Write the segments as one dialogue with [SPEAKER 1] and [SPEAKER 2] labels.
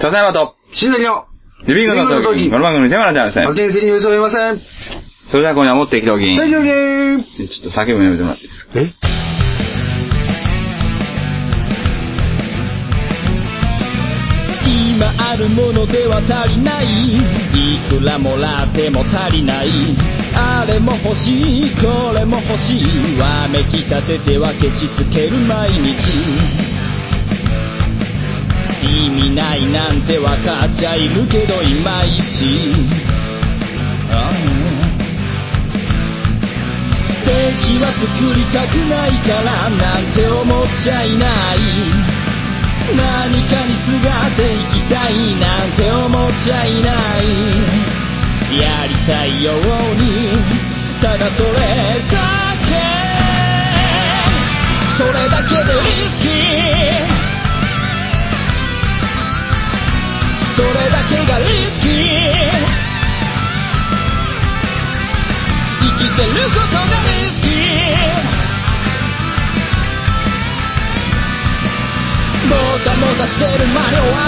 [SPEAKER 1] 笹山と、
[SPEAKER 2] 新崎の、
[SPEAKER 1] リビングのトーキング。この番組のテーマはじゃあです
[SPEAKER 2] 発
[SPEAKER 1] ね。
[SPEAKER 2] 展性に寄り添えません。
[SPEAKER 1] それでは今夜も持っていきトーキング。
[SPEAKER 2] 大丈夫でーす。
[SPEAKER 1] ちょっと叫ぶのやめてもらっていいですか
[SPEAKER 2] え
[SPEAKER 3] 今あるものでは足りないいくらもらっても足りないあれも欲しいこれも欲しいわめきたててはケチつける毎日意味ないなんてわかっちゃいるけどいまいちああ敵は作りたくないからなんて思っちゃいない何かにすがっていきたいなんて思っちゃいないやりたいようにただそれだけそれだけでリスキーそれだけがリスキー生きてることがリスキーもたもたしてる間に終わ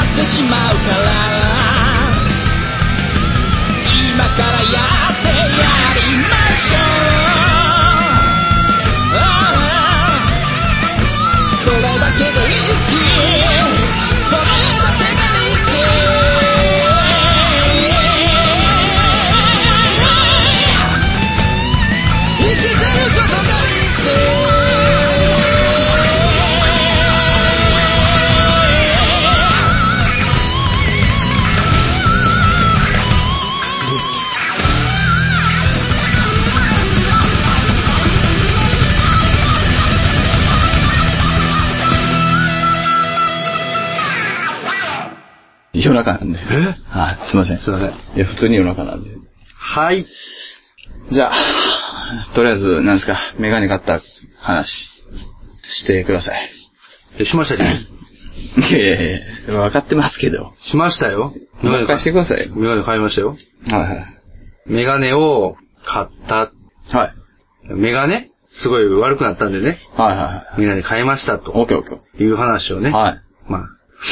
[SPEAKER 3] ってしまうから今からやってやりましょうああそれだけでリスキーそれだけがリスキー生きてることがリスキー
[SPEAKER 1] 夜中なんで。
[SPEAKER 2] え
[SPEAKER 1] はい、すいません。
[SPEAKER 2] すいません。
[SPEAKER 1] いや、普通に夜中なんで。
[SPEAKER 2] はい。
[SPEAKER 1] じゃあ、とりあえず、なんですか、メガネ買った話、してください。
[SPEAKER 2] えしましたけど。
[SPEAKER 1] いやいやいや、分かってますけど。
[SPEAKER 2] しましたよ。
[SPEAKER 1] もう一回してくださいよ。
[SPEAKER 2] メガネ買いましたよ。
[SPEAKER 1] はいはい。
[SPEAKER 2] メガネを買った。
[SPEAKER 1] はい。
[SPEAKER 2] メガネすごい悪くなったんでね。
[SPEAKER 1] はいはいはい。
[SPEAKER 2] メガネ買いました
[SPEAKER 1] オッ
[SPEAKER 2] と
[SPEAKER 1] ケーオッケー。
[SPEAKER 2] いう話をね。
[SPEAKER 1] はい。
[SPEAKER 2] ま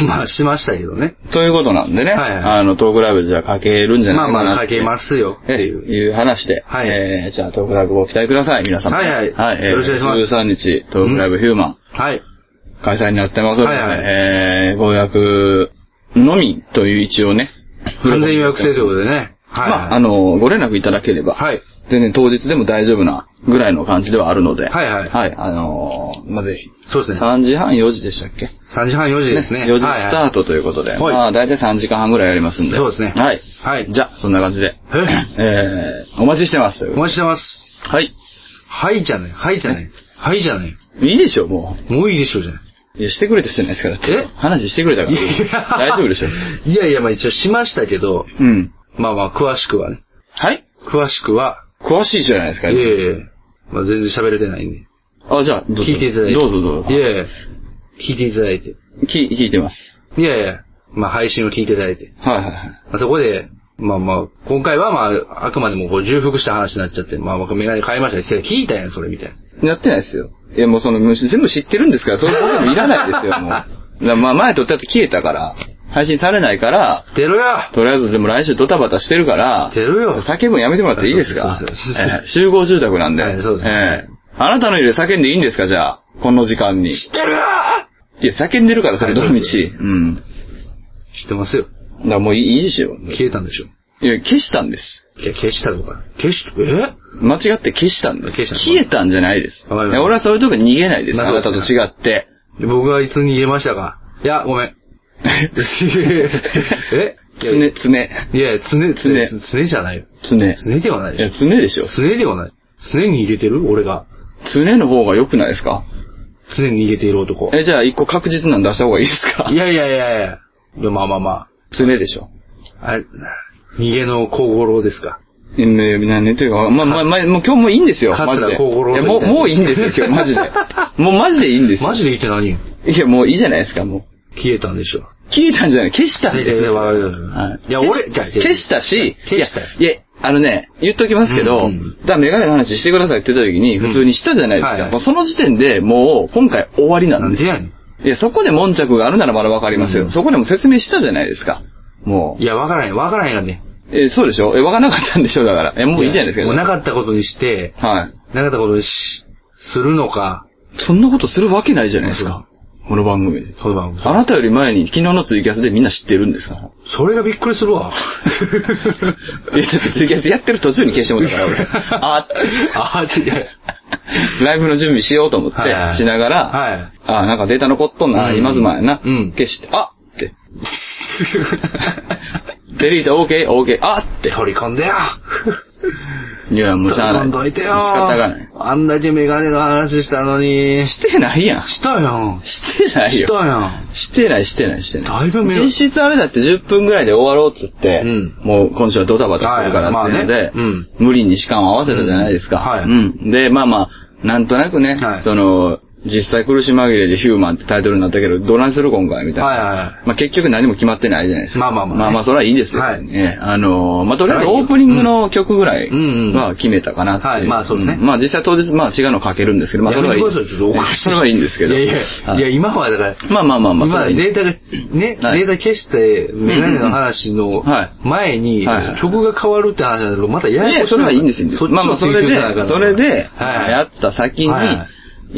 [SPEAKER 2] あ、 まあしましたけどね。
[SPEAKER 1] ということなんでね、
[SPEAKER 2] はいはい
[SPEAKER 1] あの、トークライブじゃ書けるんじゃ
[SPEAKER 2] ま
[SPEAKER 1] ない
[SPEAKER 2] あ
[SPEAKER 1] かな。
[SPEAKER 2] まあ書けますすよっ
[SPEAKER 1] え
[SPEAKER 2] ていう。
[SPEAKER 1] いう話で、
[SPEAKER 2] はい
[SPEAKER 1] えー、じゃあトークライブご期待ください、皆様。
[SPEAKER 2] はいはい
[SPEAKER 1] はい、えー、
[SPEAKER 2] よろしくお願いし
[SPEAKER 1] 13日、トークライブヒューマン、
[SPEAKER 2] はい。
[SPEAKER 1] 開催になってますので、
[SPEAKER 2] はいはい
[SPEAKER 1] えー、ご予約のみという一応ね、
[SPEAKER 2] 完全予約制ということでね。はい。
[SPEAKER 1] まあ、あの、ご連絡いただければ、
[SPEAKER 2] はい。
[SPEAKER 1] 全然当日でも大丈夫なぐらいの感じではあるので、
[SPEAKER 2] はいはい
[SPEAKER 1] はい、あのーまあ、ぜひ。
[SPEAKER 2] そうですね。
[SPEAKER 1] 3時半、4時でしたっけ
[SPEAKER 2] 3時半4時ですね。
[SPEAKER 1] 4時ス
[SPEAKER 2] はいはい
[SPEAKER 1] タートということで、
[SPEAKER 2] はい
[SPEAKER 1] まあ、大体3時間半ぐらいやりますんで。
[SPEAKER 2] そうですね
[SPEAKER 1] はい。
[SPEAKER 2] はい。
[SPEAKER 1] じゃあ、そんな感じで、
[SPEAKER 2] え
[SPEAKER 1] えー、お待ちしてます。
[SPEAKER 2] お待ちしてます。
[SPEAKER 1] はい。
[SPEAKER 2] はいじゃない。はいじゃない。はいじゃない。
[SPEAKER 1] いいでしょ、も
[SPEAKER 2] もういいでしょうじゃない。
[SPEAKER 1] う。いや、してくれた人じゃないですから。だって
[SPEAKER 2] え
[SPEAKER 1] 話してくれたから。大丈夫でしょ。
[SPEAKER 2] いやいや、まあ一応しましたけど、
[SPEAKER 1] うん。
[SPEAKER 2] まあまあ詳しくはね。
[SPEAKER 1] はい
[SPEAKER 2] 詳しくは、
[SPEAKER 1] 詳しいじゃないです
[SPEAKER 2] い
[SPEAKER 1] か。
[SPEAKER 2] やいやいやまあ全然喋れてないんで。
[SPEAKER 1] あ、じゃあ、どうぞ。
[SPEAKER 2] 聞いていただいて。
[SPEAKER 1] どうぞどうぞ
[SPEAKER 2] い。やいや、聞いていただいて。
[SPEAKER 1] き聞いてます。
[SPEAKER 2] いやいや、まあ配信を聞いていただいて。
[SPEAKER 1] はいはいはい。
[SPEAKER 2] まあそこで、まあまあ、今回はまあ、あくまでもこう重複した話になっちゃって、まあ僕メガネ買いましたけど、聞いたやん、それみたいな。
[SPEAKER 1] やってないですよ。いや、もうその、むし全部知ってるんですから、それもいらないですよ、もう。だからまあ、前撮ったやつ消えたから、配信されないから、
[SPEAKER 2] 出ろよ
[SPEAKER 1] とりあえずでも来週ドタバタしてるから、
[SPEAKER 2] 出ろよ
[SPEAKER 1] 叫ぶのやめてもらっていいですか
[SPEAKER 2] あそうですそうです
[SPEAKER 1] ええ集合住宅なんで。
[SPEAKER 2] はいそうです
[SPEAKER 1] ええあなたの家で叫んでいいんですか、じゃあ。この時間に。い
[SPEAKER 2] 知ってるよ
[SPEAKER 1] や、叫んでるから、それ、どの
[SPEAKER 2] は
[SPEAKER 1] 道。
[SPEAKER 2] いそうで
[SPEAKER 1] うん。だ
[SPEAKER 2] 知ってますよ。
[SPEAKER 1] からもういいいいですよ。
[SPEAKER 2] 消えたんでしょ。
[SPEAKER 1] いや、消したんです。
[SPEAKER 2] いや、消したとか。消し、え
[SPEAKER 1] 間違って消したんです。
[SPEAKER 2] 消したの
[SPEAKER 1] 消えたんじゃないです。い
[SPEAKER 2] わかりました
[SPEAKER 1] や俺はそういうとこ逃げないです。
[SPEAKER 2] まあ
[SPEAKER 1] あなたと違って。
[SPEAKER 2] で僕はいつに言えましたかいや、ごめん。 え
[SPEAKER 1] つね、つね。
[SPEAKER 2] いやいや、常、常、
[SPEAKER 1] 常
[SPEAKER 2] 常じゃないよ。
[SPEAKER 1] つね。
[SPEAKER 2] 常ではない
[SPEAKER 1] いや、
[SPEAKER 2] でし
[SPEAKER 1] 常でしょ
[SPEAKER 2] ょ。。常ではない。常に入れてる俺が。
[SPEAKER 1] 常の方が良くないですか
[SPEAKER 2] 常に逃げている男。
[SPEAKER 1] え、じゃあ一個確実なの出した方がいいですか
[SPEAKER 2] いやいやいやいや。いやまあまあま
[SPEAKER 1] 常でしょ。
[SPEAKER 2] あ。あれ、逃げの小五郎ですか。
[SPEAKER 1] え、ね、な寝てるか。まあ、まあ、まあ、もう今日もういいんですよ。
[SPEAKER 2] 桂
[SPEAKER 1] マジで。い
[SPEAKER 2] 小五郎
[SPEAKER 1] や、
[SPEAKER 2] み
[SPEAKER 1] もう、
[SPEAKER 2] たいな
[SPEAKER 1] もういいんですよ、今日、マジで。もうマジでいいんですよ
[SPEAKER 2] マ。ジで言って何
[SPEAKER 1] いや、もういいじゃないですか、も
[SPEAKER 2] 消えたんでしょ。
[SPEAKER 1] う。消えたんじゃない消したん
[SPEAKER 2] い
[SPEAKER 1] で
[SPEAKER 2] やい
[SPEAKER 1] す
[SPEAKER 2] や、
[SPEAKER 1] よ。
[SPEAKER 2] わかる
[SPEAKER 1] はい
[SPEAKER 2] いや、俺、じゃあ
[SPEAKER 1] 消したし、
[SPEAKER 2] 消した
[SPEAKER 1] いや、いや、あのね、言っときますけど、
[SPEAKER 2] うんうん
[SPEAKER 1] だからメガネの話してくださいって言った時に、普通にしたじゃないですか。
[SPEAKER 2] はいはい
[SPEAKER 1] もうその時点でもう、今回終わりなん
[SPEAKER 2] な
[SPEAKER 1] で
[SPEAKER 2] ん
[SPEAKER 1] す
[SPEAKER 2] で
[SPEAKER 1] よ。
[SPEAKER 2] やねん。
[SPEAKER 1] いや、そこで悶着があるならまだわかりますよ。
[SPEAKER 2] うん
[SPEAKER 1] そこでも説明したじゃないですか。も
[SPEAKER 2] いや、わからへん、わからへんがね。
[SPEAKER 1] う。え、そうでしょえ、わからなかったんでしょだから。え、もういいじゃないですか。
[SPEAKER 2] もうなかったことにして、
[SPEAKER 1] はい。
[SPEAKER 2] なかったことにし、するのか、
[SPEAKER 1] そんなことするわけないじゃないですか。この番組で。
[SPEAKER 2] そうだ、
[SPEAKER 1] あなたより前に昨日のツイキャスでみんな知ってるんです から。
[SPEAKER 2] それがびっくりするわ。
[SPEAKER 1] いや、だってツイキャスやってる途中に消してもらった から、俺。あ
[SPEAKER 2] あ、違う。
[SPEAKER 1] ライブの準備しようと思って
[SPEAKER 2] はいはい、
[SPEAKER 1] しながら、
[SPEAKER 2] はい
[SPEAKER 1] あ、なんかデータ残っとんな、
[SPEAKER 2] うん
[SPEAKER 1] 今妻やな、
[SPEAKER 2] うん
[SPEAKER 1] 消して、あって。デリート OK、OK、あって。
[SPEAKER 2] 取り込んでよ。
[SPEAKER 1] いや、もうしゃあない。
[SPEAKER 2] 取り込んどいてよ。
[SPEAKER 1] 仕方がない。
[SPEAKER 2] あんだけメガネの話したのに。し
[SPEAKER 1] してないやん。
[SPEAKER 2] したやん。
[SPEAKER 1] してない
[SPEAKER 2] し
[SPEAKER 1] よ。
[SPEAKER 2] たやん。
[SPEAKER 1] してない、してない、してない。
[SPEAKER 2] だいぶ目が
[SPEAKER 1] 実質あれだって10分ぐらいで終わろうっつって、
[SPEAKER 2] うん
[SPEAKER 1] もう今週はドタバタするからっていうので、
[SPEAKER 2] はいまあねうん
[SPEAKER 1] 無理に時間を合わせたじゃないですか。
[SPEAKER 2] うんはい
[SPEAKER 1] うんで、まあまあ、なんとなくね、
[SPEAKER 2] はい
[SPEAKER 1] その、実際苦し紛れでヒューマンってタイトルになったけど、どないする今回みたいな。
[SPEAKER 2] はいは
[SPEAKER 1] まあ結局何も決まってないじゃないですか。
[SPEAKER 2] まあまあまあね
[SPEAKER 1] まあまあそれはいいですよ、
[SPEAKER 2] はい
[SPEAKER 1] ね。あのー、まあとりあえずオープニングの曲ぐらい
[SPEAKER 2] うんうん
[SPEAKER 1] は決めたかなっていう
[SPEAKER 2] はいまあそうですね
[SPEAKER 1] んまあ実際当日まあ違うのかけるんですけど、まあそれはいい
[SPEAKER 2] や
[SPEAKER 1] で
[SPEAKER 2] めてくださちょっとおかし
[SPEAKER 1] す。それはいいんですけど。
[SPEAKER 2] いやい
[SPEAKER 1] は
[SPEAKER 2] や、いや、今はだから、
[SPEAKER 1] まあまあまあまあ。
[SPEAKER 2] 今
[SPEAKER 1] それはいいんですけど
[SPEAKER 2] データが、
[SPEAKER 1] は
[SPEAKER 2] ね、
[SPEAKER 1] い
[SPEAKER 2] データ消して、メガネの話の
[SPEAKER 1] はい
[SPEAKER 2] 前に
[SPEAKER 1] はいはい、
[SPEAKER 2] 曲が変わるって話だけど、またや
[SPEAKER 1] い
[SPEAKER 2] や
[SPEAKER 1] や、
[SPEAKER 2] こし
[SPEAKER 1] それはいいんですよ。
[SPEAKER 2] そっち
[SPEAKER 1] まあま
[SPEAKER 2] を
[SPEAKER 1] あ、そ
[SPEAKER 2] 追
[SPEAKER 1] れ
[SPEAKER 2] 求
[SPEAKER 1] で
[SPEAKER 2] せなあか、ん
[SPEAKER 1] それで、
[SPEAKER 2] はい
[SPEAKER 1] やった先に
[SPEAKER 2] はいはい、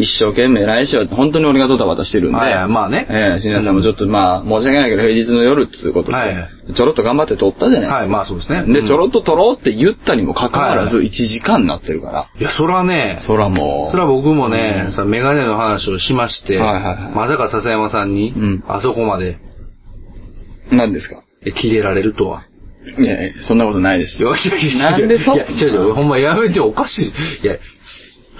[SPEAKER 1] 一生懸命来週は本当に俺がドタバタしてるんで、
[SPEAKER 2] はいはいまあね
[SPEAKER 1] ええ、新田さんもちょっとまあ、申し訳ないけど、平日の夜っつうこと
[SPEAKER 2] は
[SPEAKER 1] で
[SPEAKER 2] いは、
[SPEAKER 1] ちょろっと頑張って撮ったじゃない
[SPEAKER 2] はい、
[SPEAKER 1] です
[SPEAKER 2] まあそうですね。
[SPEAKER 1] か。で、ちょろ
[SPEAKER 2] っ
[SPEAKER 1] っと撮ろうって言ったにもかかわらず、
[SPEAKER 2] は
[SPEAKER 1] 1時間になってるから、
[SPEAKER 2] と。いや、そらね、
[SPEAKER 1] そらもう。
[SPEAKER 2] それは僕もね、さメガネの話をしまして、
[SPEAKER 1] はいはいはい
[SPEAKER 2] まさか笹山さんに、
[SPEAKER 1] うん
[SPEAKER 2] あそこまで
[SPEAKER 1] 何ですか
[SPEAKER 2] え切れられるとは。
[SPEAKER 1] いやいや、そんなことないです よ。なんでそ
[SPEAKER 2] いや、違う違う、ほんまやめておかしい。いや、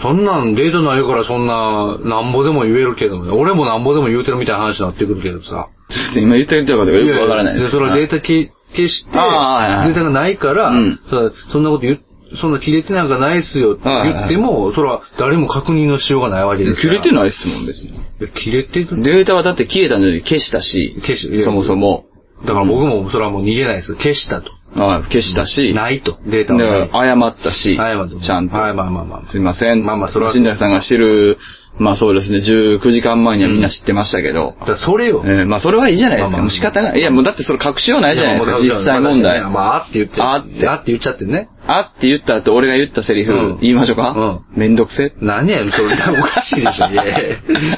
[SPEAKER 2] そんなんデートないからそんな、なんぼでも言えるけど、俺もなんぼでも言うてるみたいな話になってくるけどさ。
[SPEAKER 1] ちょっと今言ってるってことがよくわからない
[SPEAKER 2] や
[SPEAKER 1] で
[SPEAKER 2] や
[SPEAKER 1] す。
[SPEAKER 2] それはデータ消消して、デ
[SPEAKER 1] ああはいはい
[SPEAKER 2] ータがないから
[SPEAKER 1] うん、
[SPEAKER 2] そらそんなこと言うそんな切れてなんかないっすよって言っても、それは誰も確認のしようがないわけです
[SPEAKER 1] 切
[SPEAKER 2] から。
[SPEAKER 1] れて
[SPEAKER 2] い
[SPEAKER 1] ないっすもん、別に。
[SPEAKER 2] や切れてる
[SPEAKER 1] データはだって消えたのに消したし、
[SPEAKER 2] 消しいや
[SPEAKER 1] そもそも。
[SPEAKER 2] だから僕もそれはもう逃げないですよ。消したと。
[SPEAKER 1] はい消したし、
[SPEAKER 2] ないと。データ
[SPEAKER 1] だ
[SPEAKER 2] は
[SPEAKER 1] か
[SPEAKER 2] ない。
[SPEAKER 1] ら謝ったし、
[SPEAKER 2] 謝った
[SPEAKER 1] ちゃんと。
[SPEAKER 2] はいまあまあまあ
[SPEAKER 1] すいません。
[SPEAKER 2] まあまあそれは
[SPEAKER 1] 陣内さんが知る、まあそうですね、19時間前にはみんな知ってましたけど、
[SPEAKER 2] だからそれよ。
[SPEAKER 1] えーまあそれはいいじゃないですか。
[SPEAKER 2] まあまあ
[SPEAKER 1] もう仕方ない。いやもうだってそれ隠しようないじゃないですか、
[SPEAKER 2] いや
[SPEAKER 1] 実際問題。
[SPEAKER 2] まあまあ、あって言って。
[SPEAKER 1] あって
[SPEAKER 2] あって言っちゃってね。
[SPEAKER 1] あって言った後、俺が言ったセリフ、
[SPEAKER 2] うん
[SPEAKER 1] 言いましょうか、めんどくせ。
[SPEAKER 2] 何やねん、それ。おかしいでしょ。いやいや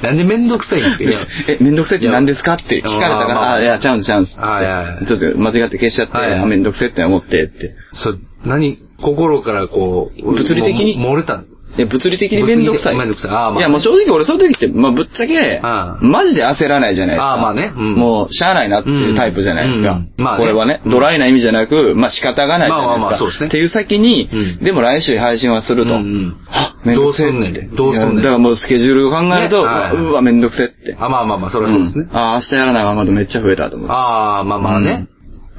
[SPEAKER 2] なんでめんどくさいんって。いや
[SPEAKER 1] え、めんどくせって何ですかって聞かれたか
[SPEAKER 2] いやまあま
[SPEAKER 1] ら、
[SPEAKER 2] あ
[SPEAKER 1] あ、いや、チャンスチャンス。
[SPEAKER 2] はいはいはい
[SPEAKER 1] ちょっと間違って消しちゃって、
[SPEAKER 2] はいはい
[SPEAKER 1] あめんどくせって思ってって。
[SPEAKER 2] そう、何、心からこう、
[SPEAKER 1] 物理的に
[SPEAKER 2] も漏れたの。
[SPEAKER 1] いや、物理的にめんどくさい。
[SPEAKER 2] 物理的に面倒くさいあーまあ
[SPEAKER 1] いや、もう正直俺その時って、まあ、ぶっちゃけ、
[SPEAKER 2] うん
[SPEAKER 1] マジで焦らないじゃないですか。
[SPEAKER 2] あーまあねうん
[SPEAKER 1] もう、しゃあないなっていうタイプじゃないですか。
[SPEAKER 2] うんうんまあね
[SPEAKER 1] これはね、ドライな意味じゃなく、まあ仕方がないじゃないですか。
[SPEAKER 2] まあまあまあそうですね
[SPEAKER 1] っていう先に、
[SPEAKER 2] うん
[SPEAKER 1] でも来週配信はすると。
[SPEAKER 2] うんうん
[SPEAKER 1] はめんどくせえって。
[SPEAKER 2] どうすんねんどうすんね
[SPEAKER 1] い
[SPEAKER 2] ん
[SPEAKER 1] やだからもうスケジュールを考えると、
[SPEAKER 2] ねはいう
[SPEAKER 1] わ、めんどくせえって。
[SPEAKER 2] あ、まあまあまあ、それはそうですね
[SPEAKER 1] ん。ああ、明日やらなあかんことめっちゃ増えたと思って。
[SPEAKER 2] ああ、まあまあね。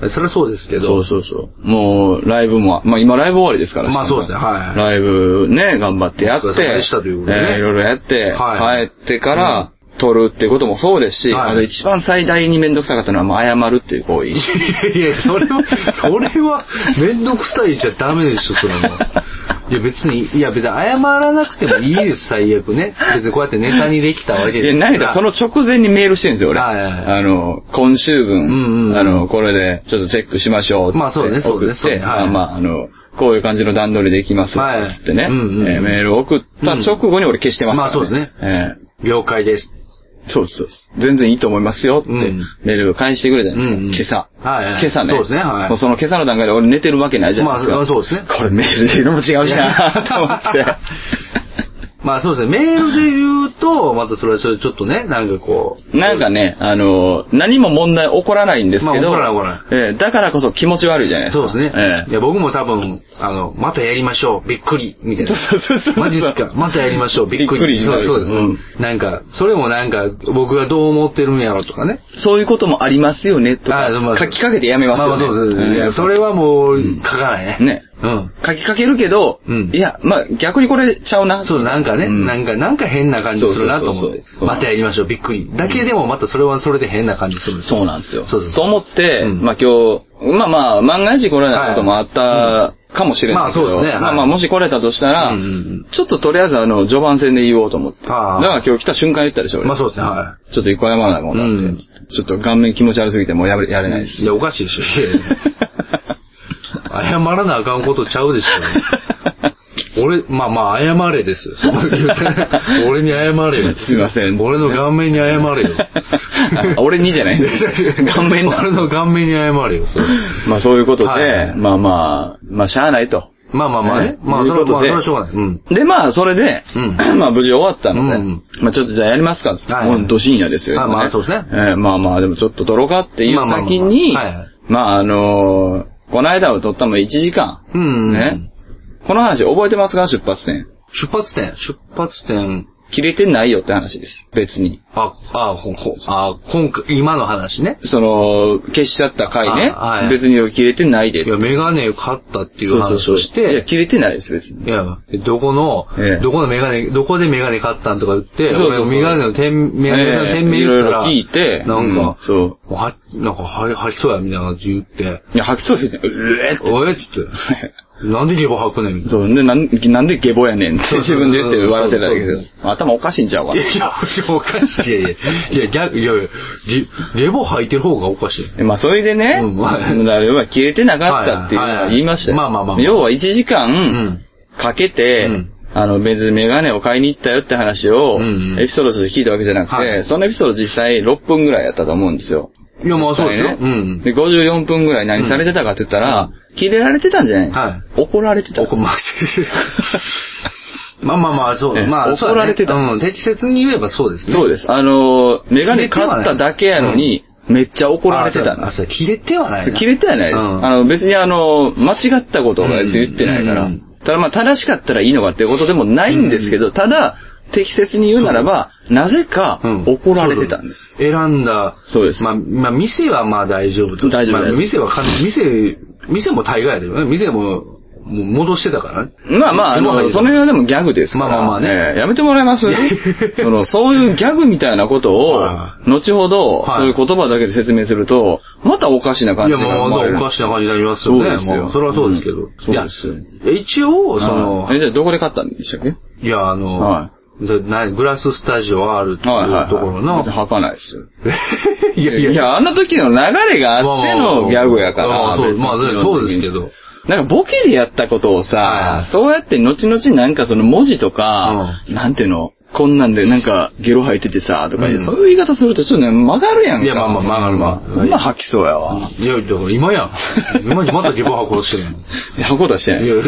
[SPEAKER 2] それはそうですけど。
[SPEAKER 1] そうそうそう。もう、ライブも、まあ今ライブ終わりですから
[SPEAKER 2] まあ
[SPEAKER 1] しかも
[SPEAKER 2] そうですねはい
[SPEAKER 1] ライブね、頑張ってやって、
[SPEAKER 2] お疲れ様でしたということでね
[SPEAKER 1] えーいろいろやって、
[SPEAKER 2] はい
[SPEAKER 1] 帰ってから、撮るってこともそうですし、
[SPEAKER 2] はい
[SPEAKER 1] あと一番最大にめんどくさかったのは、まあ、謝るっていう行為。
[SPEAKER 2] いやいや、それは、それは、めんどくさいじゃダメでしょ、それも。いや、別に、いや、別に謝らなくてもいいです、最悪ね。別にこうやってネタにできたわけ
[SPEAKER 1] い
[SPEAKER 2] で
[SPEAKER 1] や、
[SPEAKER 2] す
[SPEAKER 1] なんかその直前にメールしてるんですよ、俺。
[SPEAKER 2] はいはいはい
[SPEAKER 1] あの、今週分、
[SPEAKER 2] んうん
[SPEAKER 1] あの、これで、ちょっとチェックしましょうって。
[SPEAKER 2] まあそうねそう
[SPEAKER 1] 送
[SPEAKER 2] ね
[SPEAKER 1] って
[SPEAKER 2] そうねはい
[SPEAKER 1] あまあ、あの、こういう感じの段取りでいきます、
[SPEAKER 2] はい
[SPEAKER 1] つってね、
[SPEAKER 2] うんうんうん
[SPEAKER 1] えーメールを送った直後に俺消してますから、
[SPEAKER 2] うんまあそうです
[SPEAKER 1] ね。えー
[SPEAKER 2] 了解です。
[SPEAKER 1] そうですそうです。全然いいと思いますよって、
[SPEAKER 2] うん
[SPEAKER 1] メールを返してくれたんですよ。
[SPEAKER 2] うんうん
[SPEAKER 1] 今朝。
[SPEAKER 2] はいはい
[SPEAKER 1] 今朝ね。
[SPEAKER 2] そうですねはい
[SPEAKER 1] もうその今朝の段階で俺寝てるわけないじゃないですか。
[SPEAKER 2] まあそうですね
[SPEAKER 1] これメールで言うのも違うしなと思って。
[SPEAKER 2] まあそうですね、メールで言うと、またそれはちょちょっとね、なんかこう。
[SPEAKER 1] なんかね、あのー何も問題起こらないんですけど、
[SPEAKER 2] まあ起こらない起こら
[SPEAKER 1] ええだからこそ気持ち悪いじゃないです
[SPEAKER 2] そう
[SPEAKER 1] か。
[SPEAKER 2] ですね。
[SPEAKER 1] ええ
[SPEAKER 2] いや、僕も多分、あの、またやりましょう、びっくり、みたいな。
[SPEAKER 1] そうそうそうそう
[SPEAKER 2] マジっすか、またやりましょう、びっく
[SPEAKER 1] び
[SPEAKER 2] り。
[SPEAKER 1] っくりに
[SPEAKER 2] そ
[SPEAKER 1] な
[SPEAKER 2] う
[SPEAKER 1] る
[SPEAKER 2] そうです、
[SPEAKER 1] うん
[SPEAKER 2] なんか、それもなんか、僕がどう思ってるんやろとかね。
[SPEAKER 1] そういうこともありますよね、とか、
[SPEAKER 2] あーまあ
[SPEAKER 1] 書きかけてやめますよね。
[SPEAKER 2] まあまあそうで
[SPEAKER 1] え
[SPEAKER 2] す
[SPEAKER 1] え
[SPEAKER 2] いやそれはもう、書かないね。
[SPEAKER 1] ね
[SPEAKER 2] うん。
[SPEAKER 1] 書きかけるけど、
[SPEAKER 2] うん
[SPEAKER 1] いや、まあ逆にこれちゃうな。
[SPEAKER 2] そう、なんかね、
[SPEAKER 1] うん
[SPEAKER 2] なんか、なんか変な感じするなと思っ
[SPEAKER 1] そう
[SPEAKER 2] て
[SPEAKER 1] そうそう。そう
[SPEAKER 2] またやりましょう、びっくり。だけでもまたそれはそれで変な感じするんですよ
[SPEAKER 1] そうなんですよ。
[SPEAKER 2] そうそうそう
[SPEAKER 1] と思って、
[SPEAKER 2] うん
[SPEAKER 1] まあ今日、まあまあ、万が一来れないこともあったかもしれないけど。
[SPEAKER 2] まあそうですね
[SPEAKER 1] まあ
[SPEAKER 2] はい
[SPEAKER 1] まあ、もし来れたとしたら、
[SPEAKER 2] うんうんうん
[SPEAKER 1] ちょっととりあえずあの、序盤戦で言おうと思って。だ
[SPEAKER 2] ああ
[SPEAKER 1] から今日来た瞬間言ったでしょ、俺
[SPEAKER 2] まあそうですね、は
[SPEAKER 1] ちょっと一個謝らないもんだって、
[SPEAKER 2] うん
[SPEAKER 1] ちょっと顔面気持ち悪すぎてもうやれやれないで
[SPEAKER 2] い。
[SPEAKER 1] す
[SPEAKER 2] い。や、おかしいでしょ。いやいや謝らなあかんことちゃうでし ょ。俺、まあまあ、謝れですよ。そこ言うてね俺に謝れよ。
[SPEAKER 1] すいません
[SPEAKER 2] 俺の顔面に謝れよ。
[SPEAKER 1] あ 俺にじゃないんだ顔面だ
[SPEAKER 2] 俺の顔面に謝れよ。それ
[SPEAKER 1] まあ そういうことで、
[SPEAKER 2] はい
[SPEAKER 1] まあまあ、まあしゃあないと。
[SPEAKER 2] まあまあまあね。まあ、
[SPEAKER 1] とい
[SPEAKER 2] そうれ
[SPEAKER 1] こと
[SPEAKER 2] は、まあ、そ
[SPEAKER 1] で
[SPEAKER 2] れはしょうがない。うん。
[SPEAKER 1] で、まあ、それで、
[SPEAKER 2] うん
[SPEAKER 1] まあ、無事終わったので、
[SPEAKER 2] うん
[SPEAKER 1] まあ、ちょっとじゃあやりますかっつって、
[SPEAKER 2] はいはい
[SPEAKER 1] もうど深夜ですよ、
[SPEAKER 2] あ
[SPEAKER 1] 今
[SPEAKER 2] まあそうですね
[SPEAKER 1] ええまあまあ、でもちょっと泥かっていう
[SPEAKER 2] まあまあまあ
[SPEAKER 1] 先に、
[SPEAKER 2] はいはい
[SPEAKER 1] まあ、あのーこの間を取ったの1時間、
[SPEAKER 2] うん。
[SPEAKER 1] ね。この話覚えてますか出発点。
[SPEAKER 2] 出発点、出発点。
[SPEAKER 1] 切れてないよって話です。別に。
[SPEAKER 2] あ、あ、ほ、ほ、あ、今回、今の話ね。
[SPEAKER 1] その、消しちゃった回ね。
[SPEAKER 2] あはい
[SPEAKER 1] 別に切れてないで。
[SPEAKER 2] いや、メガネ買ったっていう
[SPEAKER 1] そうそう
[SPEAKER 2] 話
[SPEAKER 1] そう
[SPEAKER 2] をし
[SPEAKER 1] いや、
[SPEAKER 2] て、
[SPEAKER 1] 切れてないです、別に。
[SPEAKER 2] いや、どこの
[SPEAKER 1] ええ、
[SPEAKER 2] どこのメガネ、どこでメガネ買ったんとか言って、
[SPEAKER 1] そうそうそう
[SPEAKER 2] 俺メガネの店、メガネの店名
[SPEAKER 1] い
[SPEAKER 2] 言
[SPEAKER 1] ろい
[SPEAKER 2] った
[SPEAKER 1] ろ
[SPEAKER 2] ら、
[SPEAKER 1] 聞いて、
[SPEAKER 2] なん
[SPEAKER 1] う
[SPEAKER 2] か、
[SPEAKER 1] そう。
[SPEAKER 2] は、なんか、は、吐きそうや、みたいな感じで言って、
[SPEAKER 1] いや、吐きそうで、うえーって。
[SPEAKER 2] おえっつ って、なんでゲボ吐くねん、みたいな。
[SPEAKER 1] そう、で、なん、なんでゲボやねんって
[SPEAKER 2] そう
[SPEAKER 1] 自
[SPEAKER 2] そうそ
[SPEAKER 1] 分
[SPEAKER 2] う
[SPEAKER 1] で言って笑ってただけ
[SPEAKER 2] そう
[SPEAKER 1] で
[SPEAKER 2] そ。
[SPEAKER 1] 頭おかしいんちゃうか
[SPEAKER 2] い
[SPEAKER 1] な
[SPEAKER 2] や、いや、おかしい。いやいや、いや、逆、いやいや、ゲゲボ吐いてる方がおかしい。
[SPEAKER 1] まあ、それでね、
[SPEAKER 2] うんはい
[SPEAKER 1] だから要は消えてなかったっていうのは言いましたよ。
[SPEAKER 2] はいはいはいまあまあまあまあ
[SPEAKER 1] 要は1時
[SPEAKER 2] う
[SPEAKER 1] 間、。かけて、
[SPEAKER 2] うん
[SPEAKER 1] あの、別にメガネを買いに行ったよって話を、
[SPEAKER 2] うんうん
[SPEAKER 1] エピソードとして聞いたわけじゃなくて、
[SPEAKER 2] はい
[SPEAKER 1] そのエピソード実際6分ぐらいやったと思うんですよ。
[SPEAKER 2] いや、まあそうですよ。
[SPEAKER 1] ね
[SPEAKER 2] うん。
[SPEAKER 1] で、54分ぐらい何されてたかって言ったら、切れられてたんじゃない
[SPEAKER 2] は
[SPEAKER 1] 怒られてた。
[SPEAKER 2] 怒まあまあまあまあ、そ
[SPEAKER 1] ええ
[SPEAKER 2] う。まあ、そうだね
[SPEAKER 1] 怒られてた
[SPEAKER 2] うん、適切に言えばそうですね。
[SPEAKER 1] そうです。あの、メガネ買っただけやのに、めっちゃ怒られてたん
[SPEAKER 2] あ、
[SPEAKER 1] です。
[SPEAKER 2] そう切れてはないな。
[SPEAKER 1] 切れてはないです。
[SPEAKER 2] うん
[SPEAKER 1] あの、別にあの、間違ったことは別に言ってないから。
[SPEAKER 2] うんうん
[SPEAKER 1] ただまあ、正しかったらいいのかっていうことでもないんですけど、ただ、適切に言うならば、なぜか
[SPEAKER 2] うん
[SPEAKER 1] 怒られてたんです。
[SPEAKER 2] 選んだ、
[SPEAKER 1] そうです
[SPEAKER 2] まあ、まあ、店はまあ大丈夫と。
[SPEAKER 1] 大丈夫
[SPEAKER 2] まあ
[SPEAKER 1] 大丈夫
[SPEAKER 2] 店はかな店、店も大概だよね。店も、もう戻してたからね。
[SPEAKER 1] まあまあ、あの、
[SPEAKER 2] もう入れて
[SPEAKER 1] その辺はでもギャグですから。
[SPEAKER 2] まあまあまあね
[SPEAKER 1] ええやめてもらえますその、そういうギャグみたいなことを
[SPEAKER 2] は、
[SPEAKER 1] 後ほど、
[SPEAKER 2] はい
[SPEAKER 1] そういう言葉だけで説明すると、またおかしな感
[SPEAKER 2] い
[SPEAKER 1] じ
[SPEAKER 2] や、
[SPEAKER 1] が生
[SPEAKER 2] もう、
[SPEAKER 1] まれる
[SPEAKER 2] おかしな感じになりますよね。
[SPEAKER 1] そうですよ
[SPEAKER 2] もそれはそうですけど。
[SPEAKER 1] うんそう
[SPEAKER 2] いや
[SPEAKER 1] ですよ
[SPEAKER 2] 一応、その
[SPEAKER 1] はい、え、じゃあどこで買ったんでしたっけ
[SPEAKER 2] いや、あの、
[SPEAKER 1] は
[SPEAKER 2] でなグラススタジオ R って
[SPEAKER 1] はい
[SPEAKER 2] い
[SPEAKER 1] は
[SPEAKER 2] う
[SPEAKER 1] い。
[SPEAKER 2] ところの
[SPEAKER 1] 別、に吐かないですよ。
[SPEAKER 2] いやいや
[SPEAKER 1] いや、あの時の流れがあってのギャグやから。
[SPEAKER 2] まあまあまあそう
[SPEAKER 1] 別に
[SPEAKER 2] まあそうですけど。
[SPEAKER 1] なんかボケでやったことを
[SPEAKER 2] は
[SPEAKER 1] さ
[SPEAKER 2] い、
[SPEAKER 1] そうやって後々なんかその文字とか、なんていうの、こんなんでなんかゲロ吐いててさ、とかいう、
[SPEAKER 2] うん
[SPEAKER 1] そういう言い方するとちょっとね、曲がるやんか。
[SPEAKER 2] いやまあまあ曲がるわ
[SPEAKER 1] ほんま吐きそうやわ。
[SPEAKER 2] いや、だから今やん。今にまた下馬箱してるの。
[SPEAKER 1] いや、箱出してない
[SPEAKER 2] い。や、いや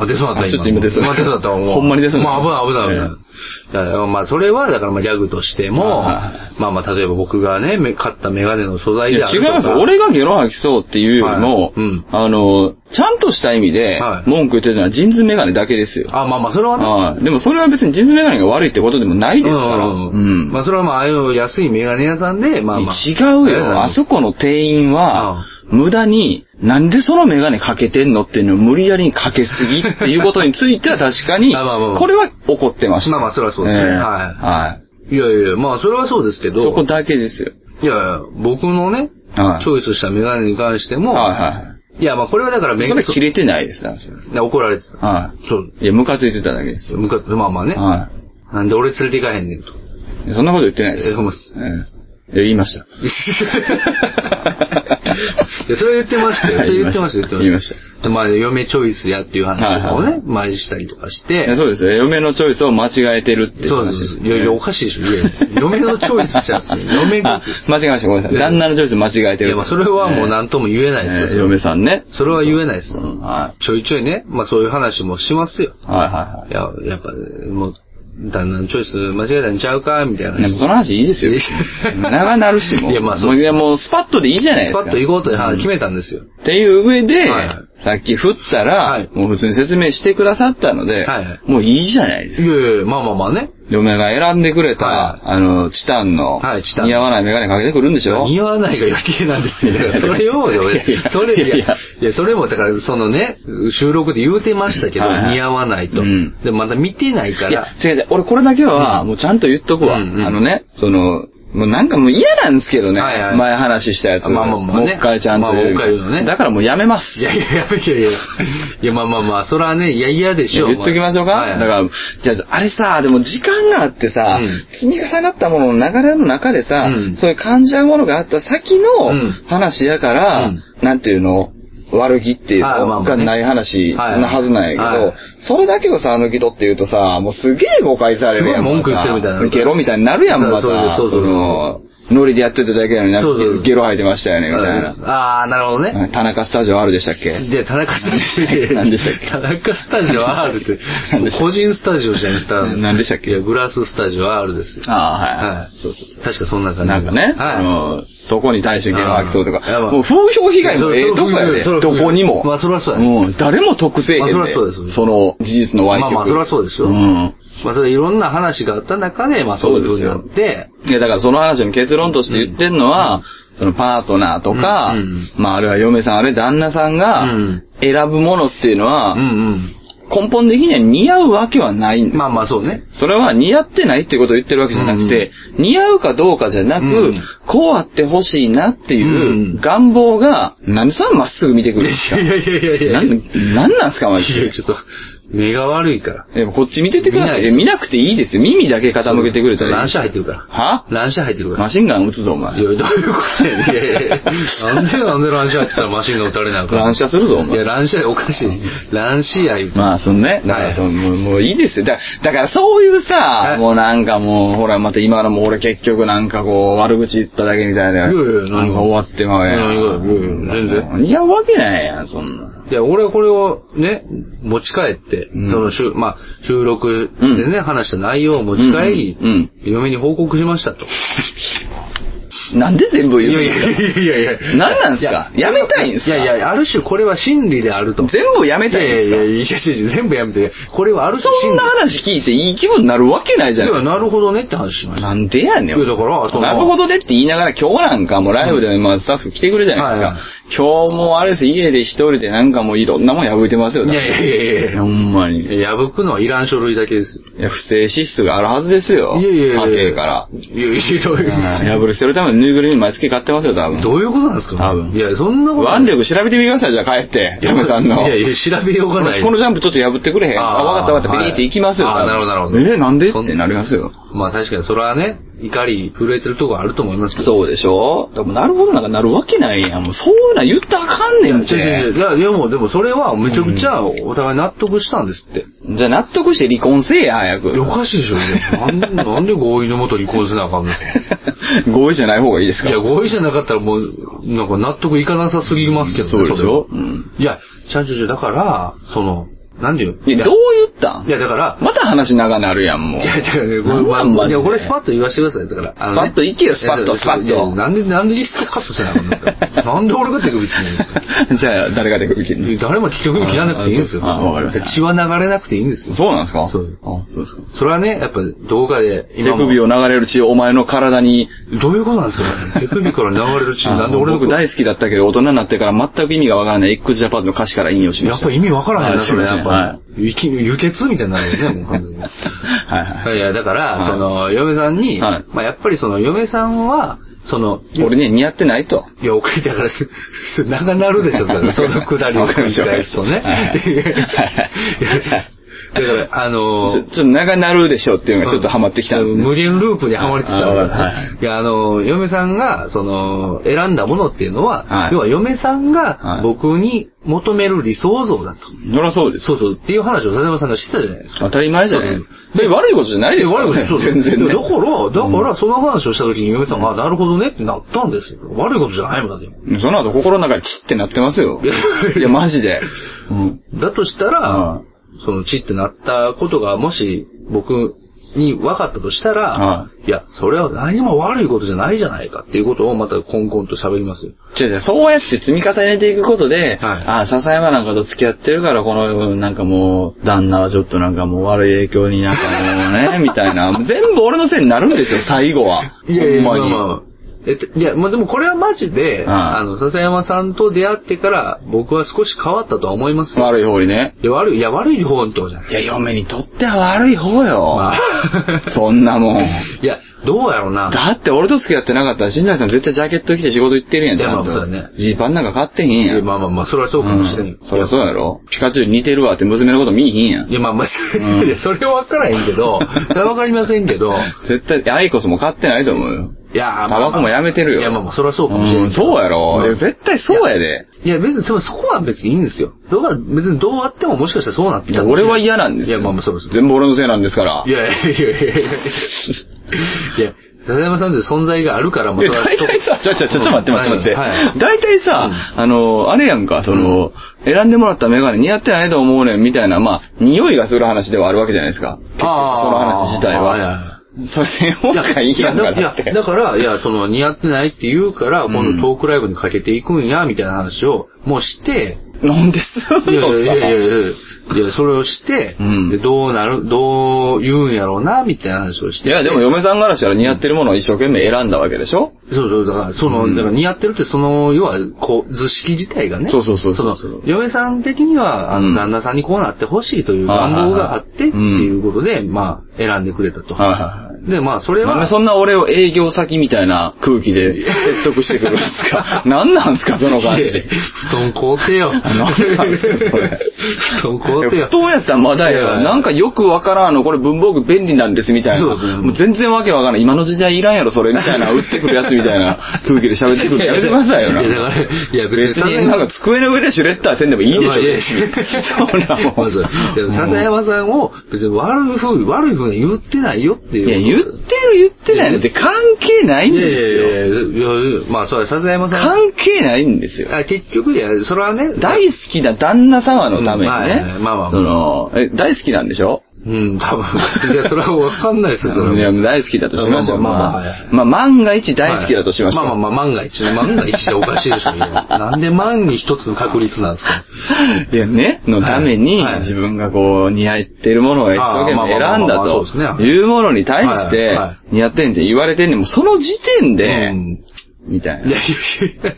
[SPEAKER 2] あ、出そうだった
[SPEAKER 1] あ
[SPEAKER 2] 今。
[SPEAKER 1] ちょっと今出そう
[SPEAKER 2] まあ出そうだったもう
[SPEAKER 1] ほんまに出そう
[SPEAKER 2] まあ危ない危
[SPEAKER 1] え
[SPEAKER 2] ない危ない。だからまあそれは、だからまあギャグとしても、
[SPEAKER 1] はいは
[SPEAKER 2] まあまあ例えば僕がね、め買ったメガネの素材
[SPEAKER 1] い
[SPEAKER 2] で
[SPEAKER 1] や
[SPEAKER 2] あ
[SPEAKER 1] 違い
[SPEAKER 2] るとか。
[SPEAKER 1] ますよ。俺がゲロ吐きそうっていうよりも
[SPEAKER 2] はい、うん
[SPEAKER 1] あの、ちゃんとした意味で
[SPEAKER 2] はい
[SPEAKER 1] 文句言ってるのはジンズメガネだけですよ。
[SPEAKER 2] あ、まあまあそれはね。
[SPEAKER 1] はい。でもそれは別にジンズメガネが悪いってことでもないですから。
[SPEAKER 2] うんう
[SPEAKER 1] う
[SPEAKER 2] んうん
[SPEAKER 1] ん
[SPEAKER 2] まあそれはまあああいう安いメガネ屋さんで、まあまあ。
[SPEAKER 1] 違うよ。あそこの店員は、無駄に、なんでそのメガネかけてんのっていうのを無理やりにかけすぎっていうことについては確かに
[SPEAKER 2] あ まあまあま、あ
[SPEAKER 1] これは怒ってました。
[SPEAKER 2] まあまあそれはそうですね
[SPEAKER 1] ええ
[SPEAKER 2] はい
[SPEAKER 1] はい
[SPEAKER 2] やいや、まあそれはそうですけ
[SPEAKER 1] い。
[SPEAKER 2] ど。
[SPEAKER 1] そこだけですよ。
[SPEAKER 2] いやいや、僕のね、
[SPEAKER 1] はい
[SPEAKER 2] チョイスしたメガネに関しても、、
[SPEAKER 1] はい
[SPEAKER 2] や、まあこれはだか
[SPEAKER 1] い
[SPEAKER 2] ら
[SPEAKER 1] は
[SPEAKER 2] メ
[SPEAKER 1] い。
[SPEAKER 2] ガ
[SPEAKER 1] そ
[SPEAKER 2] ネ
[SPEAKER 1] れ、切れてないです。だからそれ
[SPEAKER 2] いや怒られてた。
[SPEAKER 1] は
[SPEAKER 2] そう。
[SPEAKER 1] い。いや、ムカついてただけですよ。
[SPEAKER 2] 向かって、まあまあね。
[SPEAKER 1] は
[SPEAKER 2] なんで俺連れて行かへんねんと。
[SPEAKER 1] い。そんなこと言ってないです
[SPEAKER 2] え、
[SPEAKER 1] よ。
[SPEAKER 2] ほんま。
[SPEAKER 1] ええいや言いま した。
[SPEAKER 2] いやそれ言ってましたよ。
[SPEAKER 1] はい
[SPEAKER 2] それ言ってましたよ、
[SPEAKER 1] 言いました
[SPEAKER 2] 言ってました。で、まあ、嫁チョイスやっていう話とかを
[SPEAKER 1] はい
[SPEAKER 2] ね、まあ、したりとかし
[SPEAKER 1] いや
[SPEAKER 2] て。
[SPEAKER 1] そうですよ。嫁のチョイスを間違えてるっていう
[SPEAKER 2] そうで。
[SPEAKER 1] 話ですす。
[SPEAKER 2] いやいや、おかしいでしょ。いやいや嫁のチョイス ちゃうんですよ。嫁が
[SPEAKER 1] あ。間違えました。ごめんなさい。旦那のチョイス間違えて
[SPEAKER 2] い
[SPEAKER 1] る。
[SPEAKER 2] や、まあ、それはもう何とも言えない
[SPEAKER 1] え
[SPEAKER 2] です
[SPEAKER 1] ー
[SPEAKER 2] よ。
[SPEAKER 1] 嫁さんね。
[SPEAKER 2] それは言えないですよ。
[SPEAKER 1] は
[SPEAKER 2] ちょいちょいね、まあ、そういう話もしますよ。
[SPEAKER 1] い。はいはい。
[SPEAKER 2] や、やっぱ、もう、旦那のチョイス間違えたんちゃうかみたいない
[SPEAKER 1] なん
[SPEAKER 2] 話。
[SPEAKER 1] かその話いいですよ
[SPEAKER 2] い。や
[SPEAKER 1] 長なるしもう。
[SPEAKER 2] いやまあそう
[SPEAKER 1] もいやもうスパッとでいいじゃないで
[SPEAKER 2] ス
[SPEAKER 1] すか。
[SPEAKER 2] パッと行こうとはい決めたんですよ。
[SPEAKER 1] っていう上で、
[SPEAKER 2] はいはい
[SPEAKER 1] さっき振ったら、
[SPEAKER 2] はい
[SPEAKER 1] もう普通に説明してくださったので、
[SPEAKER 2] はいはい
[SPEAKER 1] もういいじゃないで
[SPEAKER 2] い
[SPEAKER 1] すか。
[SPEAKER 2] やいやいや、まあまあまあね。
[SPEAKER 1] 嫁が選んでくれた、
[SPEAKER 2] はい
[SPEAKER 1] あの、チタンの、
[SPEAKER 2] はいチタン
[SPEAKER 1] 似合わないメガネかけてくるんでしょ
[SPEAKER 2] 似合わないが余計なんですよ。それを、俺
[SPEAKER 1] いやいや
[SPEAKER 2] それ、い
[SPEAKER 1] いやいや
[SPEAKER 2] や、いや、それも、だから、そのね、収録で言うてましたけど、
[SPEAKER 1] はいはい
[SPEAKER 2] 似合わないと。
[SPEAKER 1] うん
[SPEAKER 2] で、まだ見てないか
[SPEAKER 1] いや
[SPEAKER 2] ら、、
[SPEAKER 1] 違う違う。俺これだけは、もうちゃんと言っとくわ。
[SPEAKER 2] うんうん
[SPEAKER 1] あのね、その、もうなんかもう嫌なんですけどね。
[SPEAKER 2] はいはい
[SPEAKER 1] 前話したやつ。
[SPEAKER 2] まあまあまあね
[SPEAKER 1] もう一回ちゃんと。
[SPEAKER 2] まあもう一回言うのね
[SPEAKER 1] だからもうやめます。
[SPEAKER 2] いやいや、やめてよ、いや。いや、まあまあまあ、それはね、いやいやでしょ。
[SPEAKER 1] 言っときましょうか、
[SPEAKER 2] はい
[SPEAKER 1] だから、じゃあ、あれさ、でも時間があってさ、
[SPEAKER 2] うん
[SPEAKER 1] 積み重なったものの流れの中でさ、
[SPEAKER 2] うん
[SPEAKER 1] そういう感じ合うものがあった先の
[SPEAKER 2] うん
[SPEAKER 1] 話やから、
[SPEAKER 2] うん
[SPEAKER 1] なんていうの、悪気っていう
[SPEAKER 2] あまあ
[SPEAKER 1] の
[SPEAKER 2] まあ
[SPEAKER 1] が
[SPEAKER 2] ね
[SPEAKER 1] ない話
[SPEAKER 2] はい
[SPEAKER 1] なはずなんやけど、
[SPEAKER 2] はい
[SPEAKER 1] それだけをさ、抜き取って言うとさ、もうすげえ誤解されるやん。
[SPEAKER 2] すげえ文句言ってるみたいになる
[SPEAKER 1] ゲロみたいになるやん、また。
[SPEAKER 2] そうそうそうそう
[SPEAKER 1] の、ノリでやってただけなのにな
[SPEAKER 2] そうそうそう
[SPEAKER 1] ゲロ吐いてましたよね、みたいな。
[SPEAKER 2] ああー、なるほどね。
[SPEAKER 1] 田中スタジオあるでしたっけ
[SPEAKER 2] で、田中さんでした
[SPEAKER 1] 何でしたっけ
[SPEAKER 2] 田中スタジオ R って
[SPEAKER 1] 何でし、た
[SPEAKER 2] 個人スタジオじゃなくてあの、
[SPEAKER 1] 何でしたっけ
[SPEAKER 2] いや、グラススタジオ R ですよ。
[SPEAKER 1] ああ、はい、
[SPEAKER 2] は
[SPEAKER 1] はいい。そうそうそう。
[SPEAKER 2] 確かそんな感じ。
[SPEAKER 1] なんかね、あ
[SPEAKER 2] は
[SPEAKER 1] のそこに対してゲロ吐きそうとか
[SPEAKER 2] あーや、ばい
[SPEAKER 1] もう風評被害もええとこや
[SPEAKER 2] いや
[SPEAKER 1] で、
[SPEAKER 2] それ
[SPEAKER 1] どこにも。
[SPEAKER 2] まあそれはそうやね
[SPEAKER 1] ん、誰も得せえへんで、
[SPEAKER 2] まあそれはそうですそうです
[SPEAKER 1] その事実の歪曲
[SPEAKER 2] い。まあまあ、それはそうですよ。
[SPEAKER 1] ん。
[SPEAKER 2] まあ、それいろんな話があった中で、まあ、そういうふうにな
[SPEAKER 1] そ
[SPEAKER 2] って、
[SPEAKER 1] いや、だからその話の結論として言ってんのは、そのパートナーとか、
[SPEAKER 2] うんうん
[SPEAKER 1] まああるいは嫁さん、あるいは旦那さんが
[SPEAKER 2] うん
[SPEAKER 1] 選ぶものっていうのは、
[SPEAKER 2] うんうん。
[SPEAKER 1] 根本的には似合うわけはないんだ
[SPEAKER 2] まあまあ、そうね。
[SPEAKER 1] それは似合ってないっていうことを言ってるわけじゃなくて、似合うかどうかじゃなく、
[SPEAKER 2] うん
[SPEAKER 1] こうあってほしいなって
[SPEAKER 2] うん
[SPEAKER 1] いう願望が、なんでそれまっすぐ見てくるんです
[SPEAKER 2] いやいやいやい
[SPEAKER 1] か
[SPEAKER 2] や
[SPEAKER 1] ない
[SPEAKER 2] や。い
[SPEAKER 1] ん、なんなんすか、マジ
[SPEAKER 2] や、ちょっと、目が悪いから。
[SPEAKER 1] で。でもこっち見ててください。
[SPEAKER 2] 見ない
[SPEAKER 1] え見なくていいですよ。耳だけ傾けてくれたらい
[SPEAKER 2] 乱
[SPEAKER 1] い。
[SPEAKER 2] 射入ってるから。
[SPEAKER 1] は
[SPEAKER 2] 乱射入ってるから。
[SPEAKER 1] マシンガン撃つぞ、お
[SPEAKER 2] い
[SPEAKER 1] 前。
[SPEAKER 2] や、どういうことやねんい やいやいやなんでなんで乱射やってたらマシンが撃たれなあかん
[SPEAKER 1] 乱射するぞ、お
[SPEAKER 2] いや、
[SPEAKER 1] 前。
[SPEAKER 2] 乱射やおかしい。乱視や言うて
[SPEAKER 1] まあ、そのね。だか
[SPEAKER 2] はい
[SPEAKER 1] らその、もう、もういいですよ。だだから、そういうさ、
[SPEAKER 2] い
[SPEAKER 1] もうなんかもう、ほら、また今のも俺結局なんかこう、悪口言っただけみたいな。
[SPEAKER 2] いやいや何も
[SPEAKER 1] なんか終わってまうやん。
[SPEAKER 2] うんいやいや全然。
[SPEAKER 1] 似合うわけないやん、そんな。
[SPEAKER 2] いや、俺はこれをね、持ち帰って、
[SPEAKER 1] うん
[SPEAKER 2] その収、まあ、収録してね、話した内容を持ち帰り、
[SPEAKER 1] うんうん
[SPEAKER 2] 嫁に報告しましたと。
[SPEAKER 1] なんで全部
[SPEAKER 2] い
[SPEAKER 1] 言う
[SPEAKER 2] や
[SPEAKER 1] の
[SPEAKER 2] いやいやいやいや。
[SPEAKER 1] 何なんすかやめたいんすか
[SPEAKER 2] いやいや、ある種これは真理であると。
[SPEAKER 1] 全部やめたいんですか
[SPEAKER 2] いやいやいやいやいや、全部やめて。これはある種
[SPEAKER 1] そ
[SPEAKER 2] 真
[SPEAKER 1] ん
[SPEAKER 2] 理
[SPEAKER 1] な。話聞いていい気分になるわけないじゃ
[SPEAKER 2] いや、
[SPEAKER 1] ん。
[SPEAKER 2] なるほどねって話しました。
[SPEAKER 1] なんでやねん。
[SPEAKER 2] いやだからその
[SPEAKER 1] なるほどねって言いながら今日なんかもうライブでまあスタッフ来てくるじゃない
[SPEAKER 2] はいは
[SPEAKER 1] ですか。今日もうあれです、家で一人でなんかもういろんなもん破いてますよ。
[SPEAKER 2] いやいやいやいや
[SPEAKER 1] ほんまに。い
[SPEAKER 2] いや破くのはいらん書類だけです。
[SPEAKER 1] や、不正支出があるはずですよ。
[SPEAKER 2] いやいやいや。
[SPEAKER 1] 家計 から。
[SPEAKER 2] いやいや、どういう
[SPEAKER 1] うん破り捨てるためにぬいぐるみ毎月買ってますよ、多分。
[SPEAKER 2] どういうことなんですか
[SPEAKER 1] 多分
[SPEAKER 2] いや、そんなことない。
[SPEAKER 1] 腕力調べてみてください、じゃあ帰って。嫁さんの。
[SPEAKER 2] いやいや、調べようがない。
[SPEAKER 1] このジャンプちょっと破ってくれへん。
[SPEAKER 2] あー
[SPEAKER 1] あ、わかったわかった、
[SPEAKER 2] は
[SPEAKER 1] ビ
[SPEAKER 2] い
[SPEAKER 1] リって行きますよ。多
[SPEAKER 2] あー
[SPEAKER 1] 分
[SPEAKER 2] なるほどなるほど
[SPEAKER 1] えー、なんでっ
[SPEAKER 2] そん
[SPEAKER 1] てなりますよ。
[SPEAKER 2] まあ確かにそれはね、怒り震えてるとこあると思いますけど。
[SPEAKER 1] そうでしょでもなるほどなんかなるわけないやん。もうそういうのは言ったらあかんねんっ
[SPEAKER 2] 違う違う
[SPEAKER 1] て。
[SPEAKER 2] 違う。いや、でも、でもそれはめちゃくちゃお互い納得したんですって。
[SPEAKER 1] じゃあ納得して離婚せえや、早
[SPEAKER 2] いやお
[SPEAKER 1] く。
[SPEAKER 2] かしいでしょ。なんでなんで合意のもと離婚せなあかんのい
[SPEAKER 1] 合意じゃない方がいいですか
[SPEAKER 2] や、合意じゃなかったらもう、なんか納得いかなさすぎますけどね
[SPEAKER 1] そうでしょ
[SPEAKER 2] れ
[SPEAKER 1] う
[SPEAKER 2] は
[SPEAKER 1] ん。
[SPEAKER 2] いや、ちゃんちゃんちゃんだから、その、なんでよ。
[SPEAKER 1] いや、どう言ったん
[SPEAKER 2] いや、だから、
[SPEAKER 1] また話長なるやん、もう
[SPEAKER 2] い。や、だからね、こ
[SPEAKER 1] なん
[SPEAKER 2] れ、
[SPEAKER 1] なん
[SPEAKER 2] まあ
[SPEAKER 1] マジで
[SPEAKER 2] いや、これスパッと言わせてください。だから、あのね
[SPEAKER 1] スパッと行けよスパッと
[SPEAKER 2] いやそう
[SPEAKER 1] スパッと
[SPEAKER 2] いやなんで、なんでリストカットせなあかんのですか なんで俺が手首切るんですか
[SPEAKER 1] じゃあ、誰が出てくる気
[SPEAKER 2] いや誰も結局切らなくていいんですよ。
[SPEAKER 1] あわかりました
[SPEAKER 2] 血は流れなくていいんですよ。
[SPEAKER 1] そうなんですか
[SPEAKER 2] そう
[SPEAKER 1] あ、そうですか。
[SPEAKER 2] それはね、やっぱ動画で、
[SPEAKER 1] 手首を流れる血をお前の体に
[SPEAKER 2] どういうことなんですかね 手首から流れる血、なんで俺の
[SPEAKER 1] 僕大好きだったけど、大人になってから全く意味がわからない x ジャパンの歌詞から引用し
[SPEAKER 2] や
[SPEAKER 1] ま
[SPEAKER 2] っ
[SPEAKER 1] し
[SPEAKER 2] ぱ
[SPEAKER 1] た。
[SPEAKER 2] 意味わからへんな、
[SPEAKER 1] はい
[SPEAKER 2] それ。やっぱ
[SPEAKER 1] は、
[SPEAKER 2] 輸血輸血みたいになるよね、もう完 全に。
[SPEAKER 1] はいはい
[SPEAKER 2] や、だから、
[SPEAKER 1] はい
[SPEAKER 2] その、嫁さんに、
[SPEAKER 1] はい
[SPEAKER 2] まあやっぱりその、嫁さんは、その、
[SPEAKER 1] い。俺ね、似合ってないと。
[SPEAKER 2] いや、おかげだから、 すす長なるでしょ、だから そのくだりを
[SPEAKER 1] わかりました
[SPEAKER 2] すとね。
[SPEAKER 1] わかりましたはい
[SPEAKER 2] いやだから、あ
[SPEAKER 1] ち
[SPEAKER 2] の
[SPEAKER 1] ょ
[SPEAKER 2] ー
[SPEAKER 1] ちょっと長なるでしょっていうのがちょっとハマってきたんですね。
[SPEAKER 2] 無限ループにはまりつつある
[SPEAKER 1] は
[SPEAKER 2] か
[SPEAKER 1] い
[SPEAKER 2] ら
[SPEAKER 1] はい
[SPEAKER 2] ね。いや、あのー、嫁さんが、その、選んだものっていうのは、
[SPEAKER 1] はい
[SPEAKER 2] 要は嫁さんが
[SPEAKER 1] はい
[SPEAKER 2] 僕に求める理想像だと。
[SPEAKER 1] そりゃそうです。
[SPEAKER 2] そうそう、っていう話を佐山さんがしてたじゃないですか。
[SPEAKER 1] 当たり前じゃないですか。それ悪いことじゃないですから
[SPEAKER 2] 悪いこと
[SPEAKER 1] ね
[SPEAKER 2] じゃな
[SPEAKER 1] 全
[SPEAKER 2] い。
[SPEAKER 1] 然ね。
[SPEAKER 2] だから、だから、その話をした時に嫁さんが、あなるほどねってなったんですよ。悪いことじゃないもんだって。
[SPEAKER 1] その後心の中でチってなってますよ。
[SPEAKER 2] や
[SPEAKER 1] いや、マジで。うん。
[SPEAKER 2] だとした
[SPEAKER 1] は
[SPEAKER 2] ら、そのチってなったことがもし僕に分かったとしたら
[SPEAKER 1] は、
[SPEAKER 2] いや、それは何も悪いことじゃないじゃないかっていうことをまたコンコンと喋りますよ。
[SPEAKER 1] 違う違うそうやって積み重ねていくことで、
[SPEAKER 2] はい
[SPEAKER 1] ああ、笹山なんかと付き合ってるから、この、なんかもう、旦那はちょっとなんかもう悪い影響に なんかもうね、みたいな。全部俺のせいになるんですよ、最後は。
[SPEAKER 2] いやいや、
[SPEAKER 1] ほ
[SPEAKER 2] まあ
[SPEAKER 1] んまに。
[SPEAKER 2] まあ。えっと、いや、まあ、でもこれはマジで、
[SPEAKER 1] うん
[SPEAKER 2] あの、笹山さんと出会ってから、僕は少し変わったとは思いますよ。
[SPEAKER 1] 悪い方にね。
[SPEAKER 2] いや、悪い、いや、悪い方とじゃん。
[SPEAKER 1] いや、嫁にとっては悪い方よ。
[SPEAKER 2] まあ
[SPEAKER 1] そんなもん。
[SPEAKER 2] いや、どうやろうな。
[SPEAKER 1] だって俺と付き合ってなかったら、陣内さん絶対ジャケット着て仕事行ってるやん、
[SPEAKER 2] い
[SPEAKER 1] ち
[SPEAKER 2] や
[SPEAKER 1] ゃん
[SPEAKER 2] まあ
[SPEAKER 1] と。
[SPEAKER 2] そうだね
[SPEAKER 1] ジーパンなんか買ってへん
[SPEAKER 2] い
[SPEAKER 1] や
[SPEAKER 2] や、
[SPEAKER 1] ん。
[SPEAKER 2] まあまあまあ、それはそうかもしれんよ
[SPEAKER 1] うんそりゃそうやろ。ピカチュウに似てるわって娘のこと見いひんやん
[SPEAKER 2] い。や、まあまあ、
[SPEAKER 1] ん
[SPEAKER 2] いやそれは分からへん けど、それは分かりませんけど、
[SPEAKER 1] 絶対、アイコスも買ってないと思うよ。
[SPEAKER 2] いや、
[SPEAKER 1] タバコもやめてるよ
[SPEAKER 2] いや、まあまあ、それはそうかもしれ。
[SPEAKER 1] うんんそうやろ。
[SPEAKER 2] まあ
[SPEAKER 1] いや絶対そうやで。
[SPEAKER 2] いや、別に、でもそこは別にいいんですよ。どうは、別にどうあってももしかしたらそうなって
[SPEAKER 1] いや
[SPEAKER 2] たかもしれ
[SPEAKER 1] 俺は嫌なんですよ。
[SPEAKER 2] いや、まあまあ、そうです。
[SPEAKER 1] 全部俺のせいなんですから。
[SPEAKER 2] いやいやいやいやいやいや。いや、笹山さんって存在があるから、ま
[SPEAKER 1] いや大体さ、ちょ、ちょ、ちょ、ちょっと待って待って待って。
[SPEAKER 2] はい。
[SPEAKER 1] 大体さ、あの、あれやんか、その、選んでもらったメガネ似合ってないと思うねんみたいな、まあ、匂いがする話ではあるわけじゃないですか。結局そ
[SPEAKER 2] あー
[SPEAKER 1] の話自体
[SPEAKER 2] いやい
[SPEAKER 1] は。それ専門
[SPEAKER 2] いや
[SPEAKER 1] 家いいやんか、
[SPEAKER 2] い
[SPEAKER 1] だっ
[SPEAKER 2] や、
[SPEAKER 1] て。
[SPEAKER 2] だから、いや、その、似合ってないって言うから、今度トークライブにかけていくんや、みたいな話を、もうして、
[SPEAKER 1] なんです
[SPEAKER 2] いやいやいやいや
[SPEAKER 1] や。
[SPEAKER 2] いや、いや、それをして、
[SPEAKER 1] うん
[SPEAKER 2] でどうなる、どう言うんやろうな、みたいな話をし
[SPEAKER 1] い
[SPEAKER 2] て。
[SPEAKER 1] や、でも嫁さんからしたら似合ってるものを一生懸命選んだわけでしょ
[SPEAKER 2] そうそう、だから、その、
[SPEAKER 1] うん
[SPEAKER 2] だから似合ってるって、その、要は、こう、図式自体がね。
[SPEAKER 1] そうそうそうそう
[SPEAKER 2] の、嫁さん的には、あ
[SPEAKER 1] う
[SPEAKER 2] の、
[SPEAKER 1] ん
[SPEAKER 2] 旦那さんにこうなってほしいという願望があって、
[SPEAKER 1] はい
[SPEAKER 2] って
[SPEAKER 1] はいはい
[SPEAKER 2] いうことで、まあ、選んでくれたと。
[SPEAKER 1] はいはいはい。
[SPEAKER 2] で、まあ、それ
[SPEAKER 1] なん
[SPEAKER 2] は
[SPEAKER 1] で、そんな俺を営業先みたいな空気で説得してくるんですか なんなんですかその感
[SPEAKER 2] い
[SPEAKER 1] じ
[SPEAKER 2] や。布団凍ってよ。布
[SPEAKER 1] なんなんそれ
[SPEAKER 2] 団凍ってよ。
[SPEAKER 1] 布団やったらまだ
[SPEAKER 2] いやい
[SPEAKER 1] や。
[SPEAKER 2] や
[SPEAKER 1] なんかよくわからんの、これ文房具便利なんですみたい
[SPEAKER 2] そ
[SPEAKER 1] な。
[SPEAKER 2] うそう
[SPEAKER 1] もう全然わけわからん。今の時代いらんやろ、それみたいな。売ってくるやつみたい な空気で喋ってくる。やめてくださいよな。
[SPEAKER 2] いや、だから、いや、別
[SPEAKER 1] 別
[SPEAKER 2] に、
[SPEAKER 1] になんか机の上でシュレッダーせんでもいいでし
[SPEAKER 2] まあ
[SPEAKER 1] ょ。
[SPEAKER 2] いやい
[SPEAKER 1] 別
[SPEAKER 2] や
[SPEAKER 1] に そんなも
[SPEAKER 2] まず、でも笹
[SPEAKER 1] ん。
[SPEAKER 2] 山さんを別に悪い風に、悪い風に言ってないよっていう。
[SPEAKER 1] いや、言ってる言ってないなんて関係ないん
[SPEAKER 2] い
[SPEAKER 1] で
[SPEAKER 2] や
[SPEAKER 1] す
[SPEAKER 2] い
[SPEAKER 1] よ。
[SPEAKER 2] やいやいやいや、まあそうだ、笹山さん。
[SPEAKER 1] 関係ないんですよ。
[SPEAKER 2] あ結局、いや、それはね、
[SPEAKER 1] 大好きな旦那様のために
[SPEAKER 2] う
[SPEAKER 1] ね。
[SPEAKER 2] んまあまあまあ
[SPEAKER 1] その、え、大好きなんでしょ
[SPEAKER 2] うん、多分。いや、それはわかんないですよ、それは。
[SPEAKER 1] いや、大好きだとしましょう。
[SPEAKER 2] まあまあ
[SPEAKER 1] ま
[SPEAKER 2] まあ
[SPEAKER 1] あ、まあ、万が一大好きだとしましょう。
[SPEAKER 2] はいまあまあまあ、万が一。万が一じゃおかしい でしょ、いやなんで万に一つの確率なんですか。
[SPEAKER 1] でね、のために
[SPEAKER 2] はいはい、
[SPEAKER 1] 自分がこう、似合ってるものを一生懸命
[SPEAKER 2] あーまあまあ
[SPEAKER 1] 選ん
[SPEAKER 2] まあま
[SPEAKER 1] だ
[SPEAKER 2] あそうですね
[SPEAKER 1] と、いうものに対し
[SPEAKER 2] はい
[SPEAKER 1] て
[SPEAKER 2] は、
[SPEAKER 1] 似合ってんって言われてんねんもうその時点で
[SPEAKER 2] う、ん
[SPEAKER 1] みたい
[SPEAKER 2] いや
[SPEAKER 1] な、
[SPEAKER 2] いやい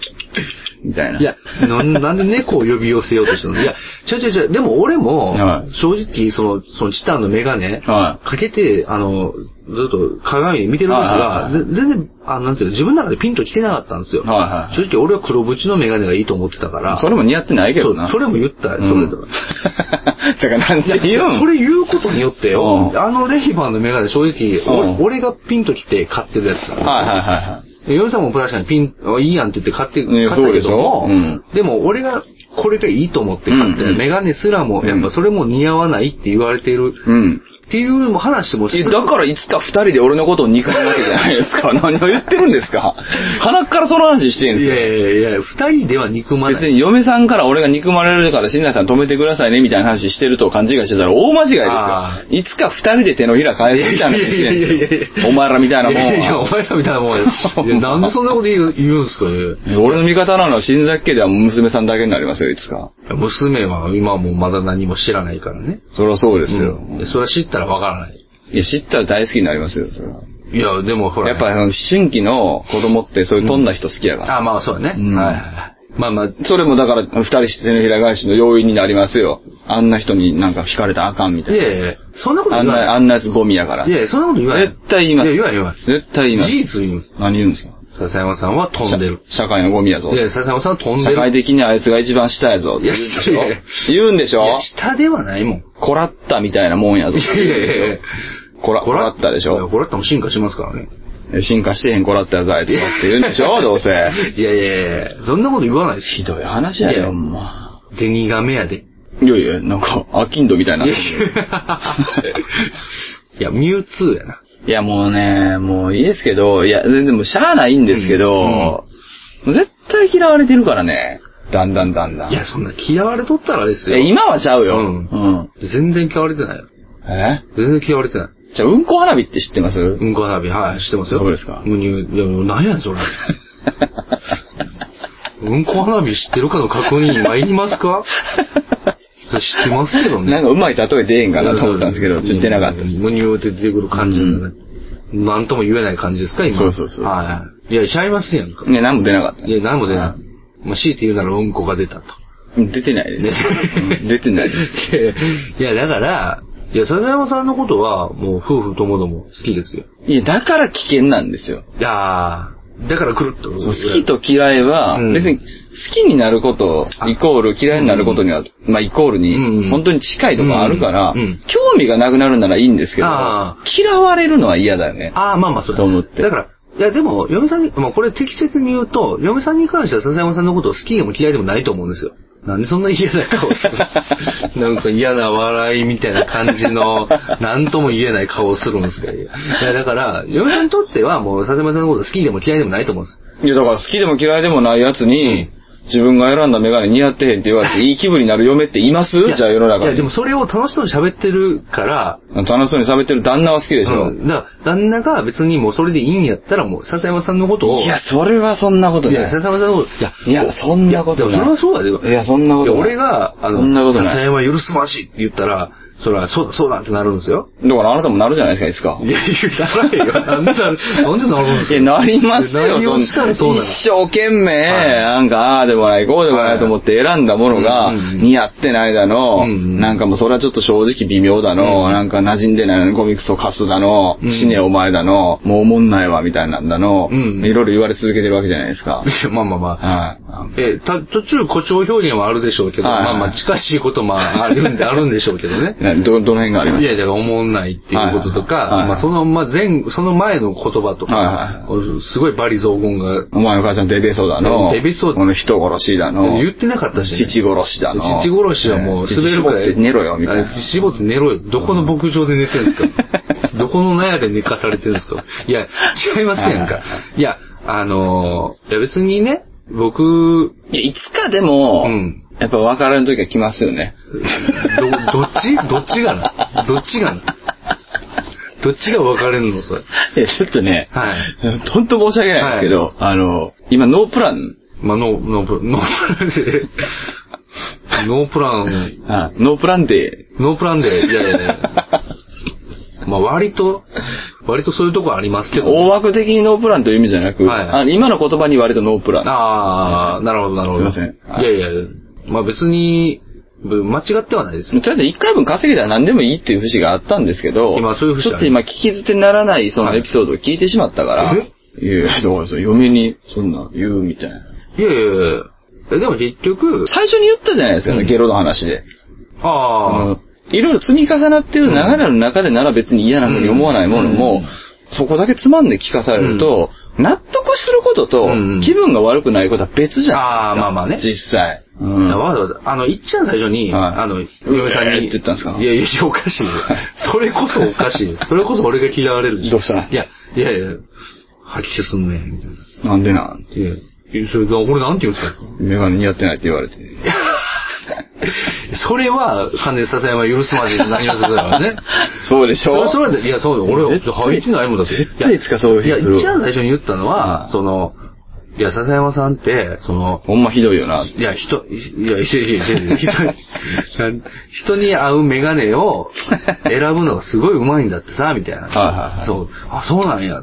[SPEAKER 1] みたい
[SPEAKER 2] や
[SPEAKER 1] な。
[SPEAKER 2] いや、ななんで猫を呼び寄せようとしたのいや、ちょいちょいちょい、でも俺も
[SPEAKER 1] は、い
[SPEAKER 2] 正直、その、そのチタンのメガネ、
[SPEAKER 1] は
[SPEAKER 2] かけて、あの、ずっと鏡で見てるんです
[SPEAKER 1] は
[SPEAKER 2] が、
[SPEAKER 1] いはい
[SPEAKER 2] ぜ全然、あの、なんていうの、自分の中でピンと来てなかったんですよ。
[SPEAKER 1] はいはい
[SPEAKER 2] 正直俺は黒縁のメガネがいいと思ってたから、
[SPEAKER 1] それも似合ってないけどな。
[SPEAKER 2] そうそれも言った、そ
[SPEAKER 1] うん
[SPEAKER 2] れ
[SPEAKER 1] だ
[SPEAKER 2] と
[SPEAKER 1] からなん て
[SPEAKER 2] い
[SPEAKER 1] 言う
[SPEAKER 2] や
[SPEAKER 1] ん
[SPEAKER 2] それ言うことによってよ
[SPEAKER 1] う、ん
[SPEAKER 2] あのレヒバンのメガネ正直、
[SPEAKER 1] うん
[SPEAKER 2] お俺がピンと来て買ってるやつだから。
[SPEAKER 1] はいはいはいはい。
[SPEAKER 2] ヨミさんも確かにピン、あいいやんって言って買って、
[SPEAKER 1] ね
[SPEAKER 2] 買った
[SPEAKER 1] そう
[SPEAKER 2] け
[SPEAKER 1] でし
[SPEAKER 2] ど
[SPEAKER 1] ょ
[SPEAKER 2] も、
[SPEAKER 1] うん
[SPEAKER 2] でも俺がこれがいいと思って買って、
[SPEAKER 1] うんうん
[SPEAKER 2] メガネすらも、やっぱそれも似合わないって言われてる、
[SPEAKER 1] うん。
[SPEAKER 2] っていうのも話も
[SPEAKER 1] え、
[SPEAKER 2] して
[SPEAKER 1] だからいつか二人で俺のことを憎むわけじゃないですか。何を言ってるんですか。鼻からその話してん
[SPEAKER 2] い
[SPEAKER 1] すよ。
[SPEAKER 2] やいやいや、二人では憎まない。
[SPEAKER 1] 別に嫁さんから俺が憎まれるから、新内さん止めてくださいねみたいな話してると勘違いしてたら大間違いですよ
[SPEAKER 2] あ。
[SPEAKER 1] いつか二人で手のひら返すみたいな話して
[SPEAKER 2] いやいやいやい
[SPEAKER 1] ん
[SPEAKER 2] や
[SPEAKER 1] すよ。お前らみたいなもん
[SPEAKER 2] いやいや、お
[SPEAKER 1] は。
[SPEAKER 2] 前らみたい なもんや。いやなんでそんなこと言う言うんですかね。
[SPEAKER 1] 俺の味方なのは新崎家では娘さんだけになりますよ、いつか。
[SPEAKER 2] 娘は今もまだ何も知らないからね。
[SPEAKER 1] そりゃそうですよ。
[SPEAKER 2] うんそれは知ったらわからない。
[SPEAKER 1] いや、知ったら大好きになりますよ、それは。
[SPEAKER 2] いや、でもほら。
[SPEAKER 1] やっぱ、その思春期の子供ってそういう飛んだ人好きやから。
[SPEAKER 2] あ、まあそうだね。
[SPEAKER 1] うん
[SPEAKER 2] はいはいはい。まあまあ、
[SPEAKER 1] それもだから、二人して手のひら返しの要因になりますよ。あんな人になんか惹かれたらあかんみた
[SPEAKER 2] い
[SPEAKER 1] いな。
[SPEAKER 2] やいや、そんなこと
[SPEAKER 1] あ
[SPEAKER 2] 言
[SPEAKER 1] ん
[SPEAKER 2] わない
[SPEAKER 1] な、。あんなやつゴミやから。
[SPEAKER 2] いやいや、そんなこと言わない。
[SPEAKER 1] 絶対言います
[SPEAKER 2] いや、言わない言わない。
[SPEAKER 1] 絶対言います。
[SPEAKER 2] 事実言います。
[SPEAKER 1] 何言うんですか
[SPEAKER 2] 笹山さんは飛んでる。
[SPEAKER 1] 社社会のゴミやぞ
[SPEAKER 2] い。や、笹山さんは飛んで
[SPEAKER 1] 社
[SPEAKER 2] る。
[SPEAKER 1] 会的にあいつが一番下やぞ。
[SPEAKER 2] いや
[SPEAKER 1] 言うんでしょ
[SPEAKER 2] いやいや
[SPEAKER 1] 言うんでし
[SPEAKER 2] い
[SPEAKER 1] ょ
[SPEAKER 2] や、下ではないもん。
[SPEAKER 1] コラッタみたいなもんやぞ。
[SPEAKER 2] いやいやいや
[SPEAKER 1] コラ、コラッタでし
[SPEAKER 2] いや
[SPEAKER 1] ょ
[SPEAKER 2] コラッタも進化しますからね。
[SPEAKER 1] 進化してへんコラッタやぞ、あいつはって言うんでし ょどうせ。
[SPEAKER 2] いやいやいや、そんなこと言わないです。
[SPEAKER 1] ひどい話や
[SPEAKER 2] いや
[SPEAKER 1] よ、ほんま。
[SPEAKER 2] ゼニガメやで。
[SPEAKER 1] いやいや、なんか、アキンドみたい
[SPEAKER 2] い
[SPEAKER 1] な。
[SPEAKER 2] や
[SPEAKER 1] い
[SPEAKER 2] いや、 いやミュウツーやな。
[SPEAKER 1] や、もうね、もういいですけど、いや、全然もうしゃあないんですけど、
[SPEAKER 2] うんうん
[SPEAKER 1] もう絶対嫌われてるからね。だんだんだんだん。
[SPEAKER 2] いや、そんな嫌われとったらです
[SPEAKER 1] いや
[SPEAKER 2] よ。
[SPEAKER 1] 今はちゃうよ。
[SPEAKER 2] うん
[SPEAKER 1] うん。
[SPEAKER 2] 全然嫌われてないよ。
[SPEAKER 1] え
[SPEAKER 2] 全然嫌われてない。
[SPEAKER 1] じゃあ、うんこ花火って知ってます、
[SPEAKER 2] うんこ花火、はい、知ってますよ。
[SPEAKER 1] そうですか
[SPEAKER 2] うん、いや、何やねん、それ。うんこ花火知ってるかの確認参りますかそれ知ってますけどね。
[SPEAKER 1] なんかうまい例え出えんかなと思ったんですけど、ちょっと出なかったです。
[SPEAKER 2] むにゅうって出てくる感じのね。なんとも言えない感じですか、今。
[SPEAKER 1] そうそうそう
[SPEAKER 2] はいはい。いや、ちゃいますやんか。
[SPEAKER 1] ね、何も出なかった。
[SPEAKER 2] いや、何も出ない。まあ、強いて言うならうんこが出たと。
[SPEAKER 1] 出て ないです。 うん出てないです。
[SPEAKER 2] いや、だから、いや、笹山さんのことは、もう夫婦ともども好きですよ。
[SPEAKER 1] いや、だから危険なんですよ。
[SPEAKER 2] いやーだから来るってこと
[SPEAKER 1] そう好きと嫌いは、
[SPEAKER 2] うん
[SPEAKER 1] 別に好きになること、イコール嫌いになることには、まあイコール
[SPEAKER 2] うんう
[SPEAKER 1] に、
[SPEAKER 2] ん
[SPEAKER 1] 本当に近いところあるから、
[SPEAKER 2] うんうん
[SPEAKER 1] 興味がなくなるならいいんですけど
[SPEAKER 2] あ、
[SPEAKER 1] 嫌われるのは嫌だよね。
[SPEAKER 2] ああ、まあまあ、そうだ
[SPEAKER 1] と思って
[SPEAKER 2] だから、いや、でも、嫁さんに、まあこれ適切に言うと、嫁さんに関しては笹山さんのことを好きでも嫌いでもないと思うんですよ。なんでそんな嫌な顔する なんか嫌な笑いみたいな感じの、なんとも言えない顔をするんですかいや、だから、嫁さんにとってはもう笹山さんのこと好きでも嫌いでもないと思うんです。
[SPEAKER 1] いや、だから好きでも嫌いでもないやつに、自分が選んだメガネ似合ってへんって言われて、いい気分になる嫁っています
[SPEAKER 2] いや
[SPEAKER 1] じゃあ世の中
[SPEAKER 2] いや、
[SPEAKER 1] に
[SPEAKER 2] でもそれを楽しそうに喋ってるから、
[SPEAKER 1] 楽しそうに喋ってる旦那は好きでしょ。
[SPEAKER 2] うんだから、旦那が別にもうそれでいいんやったらもう、笹山さんのことを、
[SPEAKER 1] いや、それはそんなこと
[SPEAKER 2] い
[SPEAKER 1] な
[SPEAKER 2] や、
[SPEAKER 1] い。
[SPEAKER 2] 笹山さんのこと、いや、
[SPEAKER 1] いや、そんなこと
[SPEAKER 2] いやそれ
[SPEAKER 1] な。
[SPEAKER 2] はいそうだよ。
[SPEAKER 1] いやそんなことない
[SPEAKER 2] いや俺が、あ
[SPEAKER 1] そんな
[SPEAKER 2] の、
[SPEAKER 1] ことない
[SPEAKER 2] 笹山許すましいって言ったら、それはそうだ、そうだってなるんですよ。
[SPEAKER 1] だからあなたもなるじゃないですか、いつか。
[SPEAKER 2] いや、言わ ないよ。なんでなる、なんでなるんです
[SPEAKER 1] い
[SPEAKER 2] か
[SPEAKER 1] や、なりますよ。
[SPEAKER 2] 何をしたらそうなの
[SPEAKER 1] 一生懸命、
[SPEAKER 2] はい
[SPEAKER 1] なんか、ああでもない、こうでも
[SPEAKER 2] は
[SPEAKER 1] ない
[SPEAKER 2] い
[SPEAKER 1] と思って選んだものが、
[SPEAKER 2] うんうんうん
[SPEAKER 1] 似合ってないだの、
[SPEAKER 2] うんうん
[SPEAKER 1] なんかもうそれはちょっと正直微妙だの、なんか馴染んでないのにゴミクソカスだの、
[SPEAKER 2] うん
[SPEAKER 1] 死ねお前だの、もうおもんないわ、みたいなんだの、
[SPEAKER 2] うん
[SPEAKER 1] いろいろ言われ続けてるわけじゃないですか。
[SPEAKER 2] いやまあまあまあ。
[SPEAKER 1] はい。
[SPEAKER 2] え、た、途中誇張表現はあるでしょうけど、
[SPEAKER 1] はい
[SPEAKER 2] まあまあ近しいこともあるんで、あるんでしょうけどね。
[SPEAKER 1] など、どの辺がありま
[SPEAKER 2] い
[SPEAKER 1] すか
[SPEAKER 2] やいや、思んないっていうこととか、
[SPEAKER 1] はいはいはい
[SPEAKER 2] まあその、まあ前、その前の言葉とか、
[SPEAKER 1] はいはい
[SPEAKER 2] すごいバリ雑言が
[SPEAKER 1] お前の母ちゃんデベソだの、
[SPEAKER 2] デベソ
[SPEAKER 1] この人殺しだの、
[SPEAKER 2] 言ってなかったし、ね。
[SPEAKER 1] 父殺しだの。
[SPEAKER 2] 父殺しはもう
[SPEAKER 1] 父
[SPEAKER 2] 滑るからい。
[SPEAKER 1] 絞って寝ろよ、みたいな
[SPEAKER 2] あ。父絞って寝ろよ。どこの牧場で寝てるん ですかどこの納屋で寝かされてるんですかいや、違いますやん
[SPEAKER 1] は
[SPEAKER 2] か。いや、あのー、いや別にね、僕、
[SPEAKER 1] いや、いつかでも、
[SPEAKER 2] うん
[SPEAKER 1] やっぱ別れの時は来ますよね。
[SPEAKER 2] ど、どっちどっちがなどっちがなどっちが別れるのそれ。
[SPEAKER 1] いや、ちょっとね、
[SPEAKER 2] はい。
[SPEAKER 1] 本当申し訳ないんですけど、あの、今ノープラン、
[SPEAKER 2] まあ、ノー、ノープ、ノープランで、ノープラン、
[SPEAKER 1] ノープランで、
[SPEAKER 2] ノープランで、いやいやいや。 まあ、割と、割とそういうとこありますけどね、
[SPEAKER 1] 大枠的にノープランという意味じゃなく、
[SPEAKER 2] はい
[SPEAKER 1] あの今の言葉に割とノープラン。
[SPEAKER 2] ああ、なるほど、なるほど。
[SPEAKER 1] すいませんはい
[SPEAKER 2] いやいや、まあ別に、ぶ間違ってはないです
[SPEAKER 1] とり
[SPEAKER 2] よ。
[SPEAKER 1] あえず一回分稼げたら何でもいいっていう節があったんですけど、
[SPEAKER 2] 今そういう節
[SPEAKER 1] ちょっと今聞き捨てならないそのエピソードを聞いてしまったから、
[SPEAKER 2] はい
[SPEAKER 1] いやいや、どうです嫁にそんな言うみたいな。
[SPEAKER 2] いやいやいやえでも結局、
[SPEAKER 1] 最初に言ったじゃないですか、
[SPEAKER 2] うん
[SPEAKER 1] ゲロの話で。あ
[SPEAKER 2] あ
[SPEAKER 1] のいろいろ積み重なってる流れの中でなら別に嫌なふうに思わないものも、
[SPEAKER 2] うん
[SPEAKER 1] そこだけつまんで聞かされると、納得することと
[SPEAKER 2] うん
[SPEAKER 1] 気分が悪くないことは別じゃないですか。
[SPEAKER 2] あーまあまあね
[SPEAKER 1] 実際。う
[SPEAKER 2] あ、い
[SPEAKER 1] ん
[SPEAKER 2] やわざわざ、あの、いっちゃん最初に、
[SPEAKER 1] はい
[SPEAKER 2] あの、嫁さんに、
[SPEAKER 1] えーって言ったんですか
[SPEAKER 2] いやいやいや、おかしいよ。それこそおかしいよ。それこそ俺が嫌われるでしょ
[SPEAKER 1] どうした
[SPEAKER 2] いや、いやいや、吐き気すんね、みたいな。
[SPEAKER 1] なんでなん
[SPEAKER 2] いやいや、それ、俺なんて言うんですか
[SPEAKER 1] メガネ似合ってないって言われて。
[SPEAKER 2] それは、完全に笹山許すまでに何をするからね。
[SPEAKER 1] そうでし
[SPEAKER 2] そ
[SPEAKER 1] ょ
[SPEAKER 2] れそれで、いや、そう、俺は
[SPEAKER 1] 絶対
[SPEAKER 2] 入ってないもんだって。
[SPEAKER 1] 絶対いつかそういう日
[SPEAKER 2] いや、
[SPEAKER 1] 来るわ
[SPEAKER 2] 一番最初に言ったのは、その、いや、笹山さんって、その、
[SPEAKER 1] ほんまひどいよな。
[SPEAKER 2] いや、人、いや、人、人、人、人、人に 合うメガネを選ぶのがすごい上手いんだってさ、みたいな。
[SPEAKER 1] はいはいはい
[SPEAKER 2] そう。あ、そうなんや。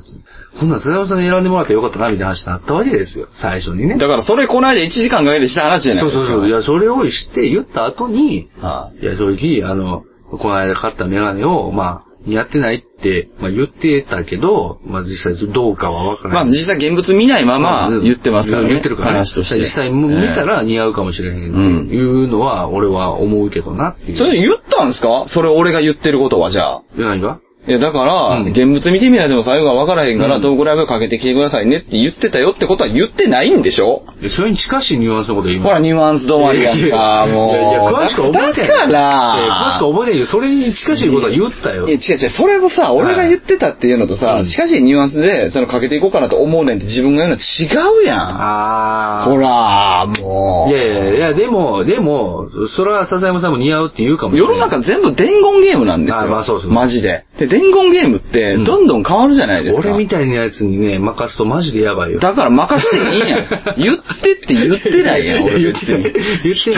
[SPEAKER 2] こんなん笹山さんに選んでもらってよかったな、みたいな話になったわけですよ。最初にね
[SPEAKER 1] だ。からそれこないで1時間かけてした話じゃない
[SPEAKER 2] そう
[SPEAKER 1] です
[SPEAKER 2] そ
[SPEAKER 1] か。
[SPEAKER 2] うそう。いや、それをして言った後に、
[SPEAKER 1] はい
[SPEAKER 2] や、正直、あの、この間買ったメガネを、まあ、似合ってないって、まあ、言ってたけど、まあ、実際どうかはわか
[SPEAKER 1] い
[SPEAKER 2] ら
[SPEAKER 1] ま
[SPEAKER 2] な
[SPEAKER 1] あ
[SPEAKER 2] い。
[SPEAKER 1] 実際現物見ないまま
[SPEAKER 2] うん
[SPEAKER 1] 言ってますからね。
[SPEAKER 2] 言ってるから、ね、
[SPEAKER 1] 話として。
[SPEAKER 2] 実際も見た
[SPEAKER 1] え
[SPEAKER 2] ら似合うかもしれへんって
[SPEAKER 1] うん
[SPEAKER 2] いうのは、俺は思うけどなってい
[SPEAKER 1] え
[SPEAKER 2] う。
[SPEAKER 1] それ言ったんですかそれ俺が言ってることはじゃあ。
[SPEAKER 2] いや何が
[SPEAKER 1] いや、だから、
[SPEAKER 2] うん
[SPEAKER 1] 現物見てみないでも最後は分からへんから、
[SPEAKER 2] うん
[SPEAKER 1] トークライブかけてきてくださいねって言ってたよってことは言ってないんでしょ
[SPEAKER 2] いやそれに近しいニュアンスのこと言い
[SPEAKER 1] ほら、ニュアンス止まりやんか、 もう。
[SPEAKER 2] いやいや、詳しくは覚えて
[SPEAKER 1] だか
[SPEAKER 2] ない。いや詳しく
[SPEAKER 1] ら、
[SPEAKER 2] は覚えてないよ。それに近しいことは言ったよ。
[SPEAKER 1] いや、違う違う、それもさ、俺が言ってたっていうのと
[SPEAKER 2] は
[SPEAKER 1] さ、
[SPEAKER 2] い
[SPEAKER 1] 近しいニュアンスで、その、かけていこうかなと思うねんって自分が言うのは違うやん。
[SPEAKER 2] あー
[SPEAKER 1] ほら、も。
[SPEAKER 2] いうやいやいや、でも、でも、それは笹山さんも似合うって言うかもしれ
[SPEAKER 1] 世
[SPEAKER 2] ない。
[SPEAKER 1] の中全部伝言ゲームなんですよ。
[SPEAKER 2] あまあそうそう
[SPEAKER 1] マジで。で、伝言ゲームって、
[SPEAKER 2] うん
[SPEAKER 1] どんどん変わるじゃないですか。
[SPEAKER 2] 俺みたいなやつにね、任すとマジでやばいよ。
[SPEAKER 1] だから任していいやん。言ってって言ってないやん、
[SPEAKER 2] いや
[SPEAKER 1] 俺
[SPEAKER 2] 言っ
[SPEAKER 1] 別
[SPEAKER 2] て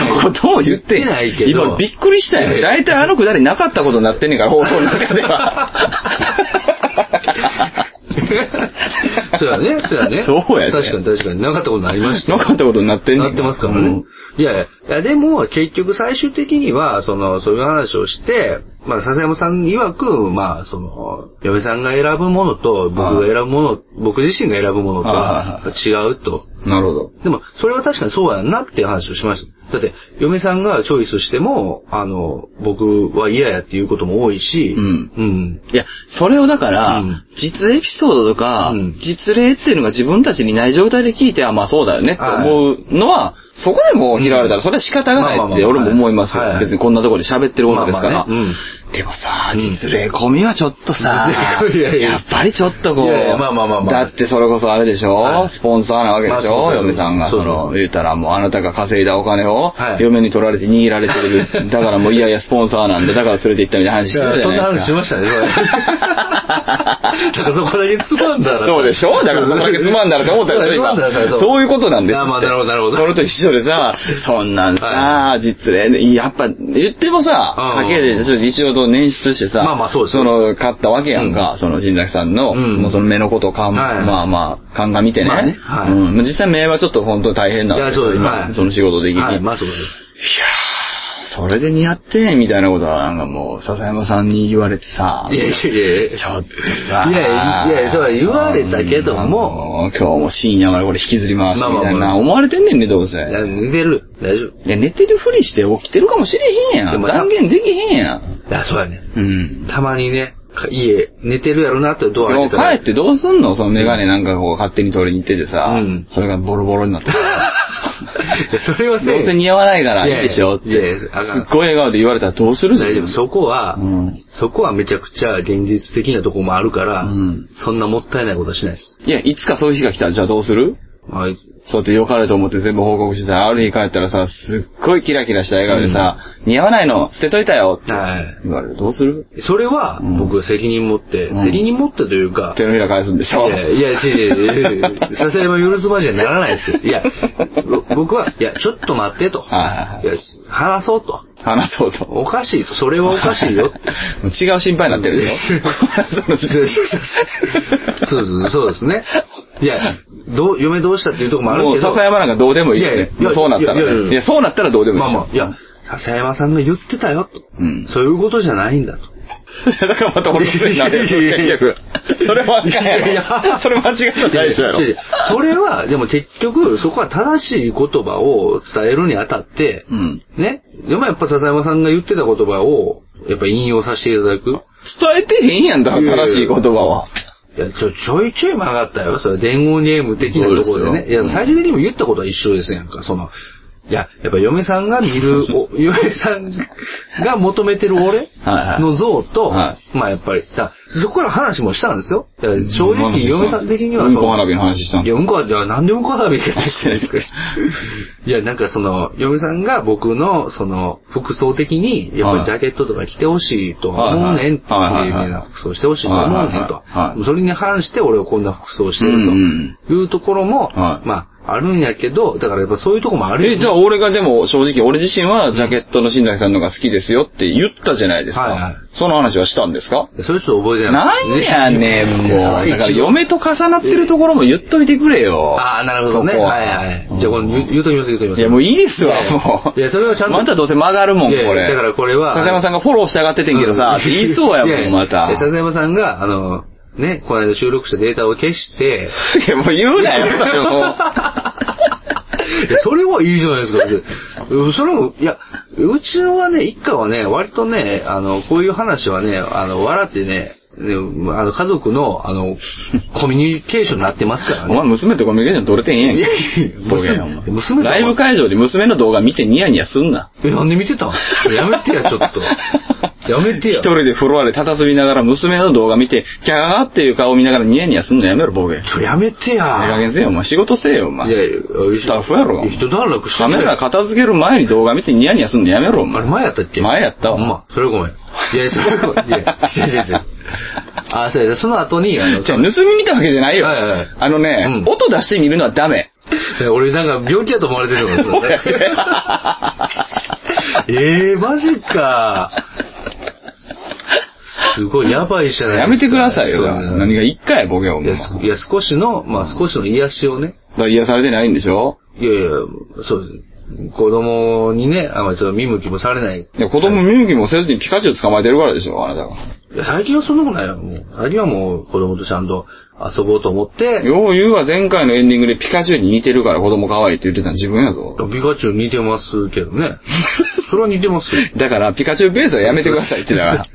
[SPEAKER 1] に。
[SPEAKER 2] ない言ってない
[SPEAKER 1] 一言も言って
[SPEAKER 2] 言ってないけど
[SPEAKER 1] 今びっくりしたよ。大体あ のくだりなかったことになってんねんから、放送の中では。
[SPEAKER 2] そうやね、そうやね。
[SPEAKER 1] そうやね
[SPEAKER 2] 確かに確かに。なかったことありました
[SPEAKER 1] な
[SPEAKER 2] よ
[SPEAKER 1] かったことになってんねん
[SPEAKER 2] なってますからね。
[SPEAKER 1] うん
[SPEAKER 2] いやいや、いやでも、結局最終的には、その、そういう話をして、まあ、笹山さん曰く、まあ、その、嫁さんが選ぶものと、僕が選ぶもの、僕自身が選ぶものとは違うと。
[SPEAKER 1] なるほど。
[SPEAKER 2] でも、それは確かにそうやんなっていう話をしました。だって、嫁さんがチョイスしても、あの、僕は嫌やっていうことも多いし、
[SPEAKER 1] うん
[SPEAKER 2] うん。
[SPEAKER 1] いや、それをだから、
[SPEAKER 2] うん
[SPEAKER 1] 実エピソードとか、
[SPEAKER 2] うん
[SPEAKER 1] 実例っていうのが自分たちにない状態で聞いて、あ、まあそうだよねって思うのは、そこでもう拾われたら、それは仕方が
[SPEAKER 2] まあまあ
[SPEAKER 1] ないっ
[SPEAKER 2] まあ
[SPEAKER 1] て
[SPEAKER 2] まあ
[SPEAKER 1] 俺も思いますよ
[SPEAKER 2] はいはい
[SPEAKER 1] 別にこんなところで喋ってる女ですから。
[SPEAKER 2] まあまあね
[SPEAKER 1] でもさ、実例込みはちょっとさ、
[SPEAKER 2] 実例込 みはいやいや
[SPEAKER 1] やっぱりちょっとこう、
[SPEAKER 2] いやいやまあまあまあまあ
[SPEAKER 1] だってそれこそあれでしょ、
[SPEAKER 2] はい
[SPEAKER 1] スポンサーなわけでしょ、
[SPEAKER 2] まあそうそうそう
[SPEAKER 1] 嫁さんが、
[SPEAKER 2] そう
[SPEAKER 1] そ
[SPEAKER 2] そう
[SPEAKER 1] の、言うたらもうあなたが稼いだお金を、
[SPEAKER 2] はい
[SPEAKER 1] 嫁に取られて握られて る。だからもういやいやスポンサーなんで、だから連れて行ったみたいな話してたじゃ
[SPEAKER 2] そんな
[SPEAKER 1] ないですか
[SPEAKER 2] 話し。ま したね、そ れなんかそこだけつまんだら。
[SPEAKER 1] そうでしょだからそこだけつまんだらと思ったでしょ
[SPEAKER 2] つまんだら
[SPEAKER 1] 今
[SPEAKER 2] さ
[SPEAKER 1] そういうことなんです
[SPEAKER 2] あまあ、なるほど、なるほど。
[SPEAKER 1] それと一緒でさ、そんなんさ、実例、やっぱ、言ってもさ、
[SPEAKER 2] うん
[SPEAKER 1] 家計でちょっと一応と捻出してさ、
[SPEAKER 2] まあまあそうですよ
[SPEAKER 1] の、買ったわけやんか、その、新崎さんの、
[SPEAKER 2] うん
[SPEAKER 1] もうその目のことをかん、
[SPEAKER 2] はい
[SPEAKER 1] まあまあ、鑑みてね。
[SPEAKER 2] まあねはい
[SPEAKER 1] うん。まあ実際目はちょっと本当大変なん
[SPEAKER 2] い
[SPEAKER 1] で
[SPEAKER 2] や、
[SPEAKER 1] すよ
[SPEAKER 2] そうです。
[SPEAKER 1] 今、
[SPEAKER 2] はい
[SPEAKER 1] その仕事的に。
[SPEAKER 2] はい、まあそうです。
[SPEAKER 1] それで似合ってん、みたいなことは、なんかもう、笹山さんに言われてさ、
[SPEAKER 2] いやいやいや
[SPEAKER 1] ちょっとさ。
[SPEAKER 2] いやいやいやそれは言われたけども
[SPEAKER 1] そんなの。今日も深夜までこれ引きずり回してみたい
[SPEAKER 2] まあまあま
[SPEAKER 1] な。
[SPEAKER 2] あ
[SPEAKER 1] 思われてんねんね、どうせ。
[SPEAKER 2] いや寝てる。大丈夫。
[SPEAKER 1] いや、寝てるふりして起きてるかもしれへんや
[SPEAKER 2] で
[SPEAKER 1] ん。
[SPEAKER 2] もな
[SPEAKER 1] 断言できへんやん。
[SPEAKER 2] いや、そうやね。
[SPEAKER 1] うん。
[SPEAKER 2] たまにね、か家、寝てるやろなってドア
[SPEAKER 1] で
[SPEAKER 2] 開
[SPEAKER 1] も
[SPEAKER 2] けたら。
[SPEAKER 1] 帰ってどうすんのそのメガネなんかこう勝手に取りに行っててさ、
[SPEAKER 2] うん
[SPEAKER 1] それがボロボロになって
[SPEAKER 2] いやそれは
[SPEAKER 1] どうせ似合わないからいいでしょって。
[SPEAKER 2] いやいや
[SPEAKER 1] すっ
[SPEAKER 2] あかん
[SPEAKER 1] ごい笑顔で言われたらどうする
[SPEAKER 2] 大丈夫。そこは、
[SPEAKER 1] うん
[SPEAKER 2] そこはめちゃくちゃ現実的なとこもあるから、
[SPEAKER 1] うん
[SPEAKER 2] そんなもったいないことはしないです。
[SPEAKER 1] いや、いつかそういう日が来たらじゃあどうする
[SPEAKER 2] はい。
[SPEAKER 1] そうやって良かれと思って全部報告してさ、ある日帰ったらさ、すっごいキラキラした笑顔でさ、似合わないの捨てといたよって
[SPEAKER 2] は
[SPEAKER 1] 言われてどうする
[SPEAKER 2] い。それは、
[SPEAKER 1] うん
[SPEAKER 2] 僕責任持って、
[SPEAKER 1] うん
[SPEAKER 2] 責任持ってというか、
[SPEAKER 1] 手のひら返すんでしょ
[SPEAKER 2] いやいや、違う違う違う。笹山許すまじゃならないですよ。いや、ぼ僕は、いや、ちょっと待ってと。
[SPEAKER 1] はいはい
[SPEAKER 2] や、話そうと。
[SPEAKER 1] 話そうと。
[SPEAKER 2] おかしいと。それはおかしいよって。
[SPEAKER 1] もう違う心配になってるでし ょその時点で
[SPEAKER 2] そうそうそうですね。いや、どう、嫁どうしたっていうところもある
[SPEAKER 1] もう
[SPEAKER 2] けど。
[SPEAKER 1] 笹山なんかどうでもいいよ
[SPEAKER 2] いやい
[SPEAKER 1] ね
[SPEAKER 2] や。いや
[SPEAKER 1] もうそうなったら
[SPEAKER 2] いやいやい
[SPEAKER 1] ね。
[SPEAKER 2] や
[SPEAKER 1] いや、そうなったらどうでもいい
[SPEAKER 2] まあ
[SPEAKER 1] でしょ。
[SPEAKER 2] まあ、いや、笹山さんが言ってたよと。
[SPEAKER 1] うん
[SPEAKER 2] そういうことじゃないんだと。
[SPEAKER 1] だからまた俺のせいになる
[SPEAKER 2] いやいや い
[SPEAKER 1] 結
[SPEAKER 2] や
[SPEAKER 1] 局。それ間違えろ。それ間違ったら大丈夫やろ
[SPEAKER 2] い。いいそれは、でも結局、そこは正しい言葉を伝えるにあたって、
[SPEAKER 1] うん。
[SPEAKER 2] ね。でもやっぱ笹山さんが言ってた言葉を、やっぱ引用させていただく。
[SPEAKER 1] 伝えてへんやんだ、正しい言葉は。
[SPEAKER 2] いや、ちょ、ちょいちょい曲がったよ。それ、伝言ゲーム的なところで
[SPEAKER 1] そう
[SPEAKER 2] ね。
[SPEAKER 1] です
[SPEAKER 2] い
[SPEAKER 1] よ
[SPEAKER 2] や、最終的にも言ったことは一緒ですやんか、その。いや、やっぱ嫁さんが見る、お 嫁さんが求めてる俺
[SPEAKER 1] はいはい
[SPEAKER 2] の像と、
[SPEAKER 1] は
[SPEAKER 2] まあやっぱり、だそこから話もしたんですよ。だから正
[SPEAKER 1] うん
[SPEAKER 2] 直、嫁さん的には
[SPEAKER 1] う
[SPEAKER 2] そ
[SPEAKER 1] ん
[SPEAKER 2] の
[SPEAKER 1] こ花火の話したん
[SPEAKER 2] い
[SPEAKER 1] です
[SPEAKER 2] や、うんこは、いや、なんでうんこ花火って話してない ですか。いや、なんかその、嫁さんが僕の、その、服装的に、やっぱ
[SPEAKER 1] は
[SPEAKER 2] り
[SPEAKER 1] い
[SPEAKER 2] ジャケットとか着てほしいと思うねんって、綺
[SPEAKER 1] はいはいはいはい
[SPEAKER 2] 麗な服装してほしいと思うねん
[SPEAKER 1] はいはいはいはい
[SPEAKER 2] と。それに反して俺はこんな服装して
[SPEAKER 1] うんうん
[SPEAKER 2] るというところも、
[SPEAKER 1] はい
[SPEAKER 2] まあ、あるんやけど、だからやっぱそういうとこもあるよ
[SPEAKER 1] え、じゃあ俺がでも正直、俺自身はジャケットの新崎さんのが好きですよって言ったじゃないですか。
[SPEAKER 2] はいはい
[SPEAKER 1] その話はしたんですか
[SPEAKER 2] それちょっと覚えてな。
[SPEAKER 1] ないんやね ん、もう。だから嫁と重なってるところも言っといてくれよ。
[SPEAKER 2] ああ、なるほどね。
[SPEAKER 1] そ
[SPEAKER 2] はい
[SPEAKER 1] こ
[SPEAKER 2] はい。じゃあ、この言う言うときます、言うときます。
[SPEAKER 1] いや、もういいですわ、
[SPEAKER 2] いや
[SPEAKER 1] もう。
[SPEAKER 2] いやそれはちゃんと
[SPEAKER 1] またどうせ曲がるもん、こ
[SPEAKER 2] いやいや
[SPEAKER 1] れ。
[SPEAKER 2] だからこれは
[SPEAKER 1] 笹山さんがフォローしたがっててんけどさ、って言いそうやもん、また。
[SPEAKER 2] いい笹
[SPEAKER 1] い
[SPEAKER 2] 山さんが、あの、ね、この間収録したデータを消して、
[SPEAKER 1] や、もう言うなよ、それもう。
[SPEAKER 2] いやそれはいいじゃないですか別に、それも、いや、うちのはね、一家はね、割とね、あの、こういう話はね、あの、笑ってね、ねあの、家族の、あの、コミュニケーションになってますから
[SPEAKER 1] お
[SPEAKER 2] ね。
[SPEAKER 1] 前娘とコミュニケーション取れてんやん
[SPEAKER 2] い
[SPEAKER 1] け
[SPEAKER 2] やい や。
[SPEAKER 1] ボケやお
[SPEAKER 2] 娘
[SPEAKER 1] 前
[SPEAKER 2] 娘とは
[SPEAKER 1] ライブ会場で娘の動画見てニヤニヤすんな。
[SPEAKER 2] え、なんで見てたんやめてや、ちょっと。やめて
[SPEAKER 1] 一
[SPEAKER 2] や。
[SPEAKER 1] 人でフロアで佇みながら娘の動画見て、キャーっていう顔見ながらニヤニヤすんのやめろ、ボケ。ええ
[SPEAKER 2] ちょやめてや。
[SPEAKER 1] 加減せえよ、お前。仕事せえよ、お前。
[SPEAKER 2] いやいや、
[SPEAKER 1] スタッフやろが
[SPEAKER 2] 一段落して
[SPEAKER 1] カメラ片付ける前に動画見てニヤニヤすんのやめろ、お
[SPEAKER 2] あ
[SPEAKER 1] 前
[SPEAKER 2] れ。前やったっけ
[SPEAKER 1] 前やったわ
[SPEAKER 2] ほんま、それごめん。いや、それごめん。いや、違う違う違う。あ、そうや、その後に、あの、
[SPEAKER 1] じゃあ、盗み見たわけじゃないよ。
[SPEAKER 2] はいはいはい
[SPEAKER 1] あのね、
[SPEAKER 2] うん
[SPEAKER 1] 音出してみるのはダメ。
[SPEAKER 2] 俺なんか病気だと思われてるの
[SPEAKER 1] もうや
[SPEAKER 2] か
[SPEAKER 1] めて
[SPEAKER 2] ええー、マジか。すごいやばいじゃない
[SPEAKER 1] やめてくださいよ。
[SPEAKER 2] そう
[SPEAKER 1] 何が一回やボケを。ほん
[SPEAKER 2] い
[SPEAKER 1] ま
[SPEAKER 2] や、すいや少しの、まあ少しの癒しをね。
[SPEAKER 1] だから癒されてないんでしょ
[SPEAKER 2] いやいや、そうです。子供にね、あんまりちょっと見向きもされない。
[SPEAKER 1] いや、子供見向きもせずにピカチュウ捕まえてるからでしょ、あなたが。
[SPEAKER 2] いや最近はそんなことないよ。もう最近はもう子供とちゃんと遊ぼうと思って、
[SPEAKER 1] よう言うは前回のエンディングでピカチュウに似てるから子供可愛いって言ってたの自分やぞ。
[SPEAKER 2] ピカチュウ似てますけどね。それは似てますよ。
[SPEAKER 1] だから、ピカチュウベースはやめてくださいってだから。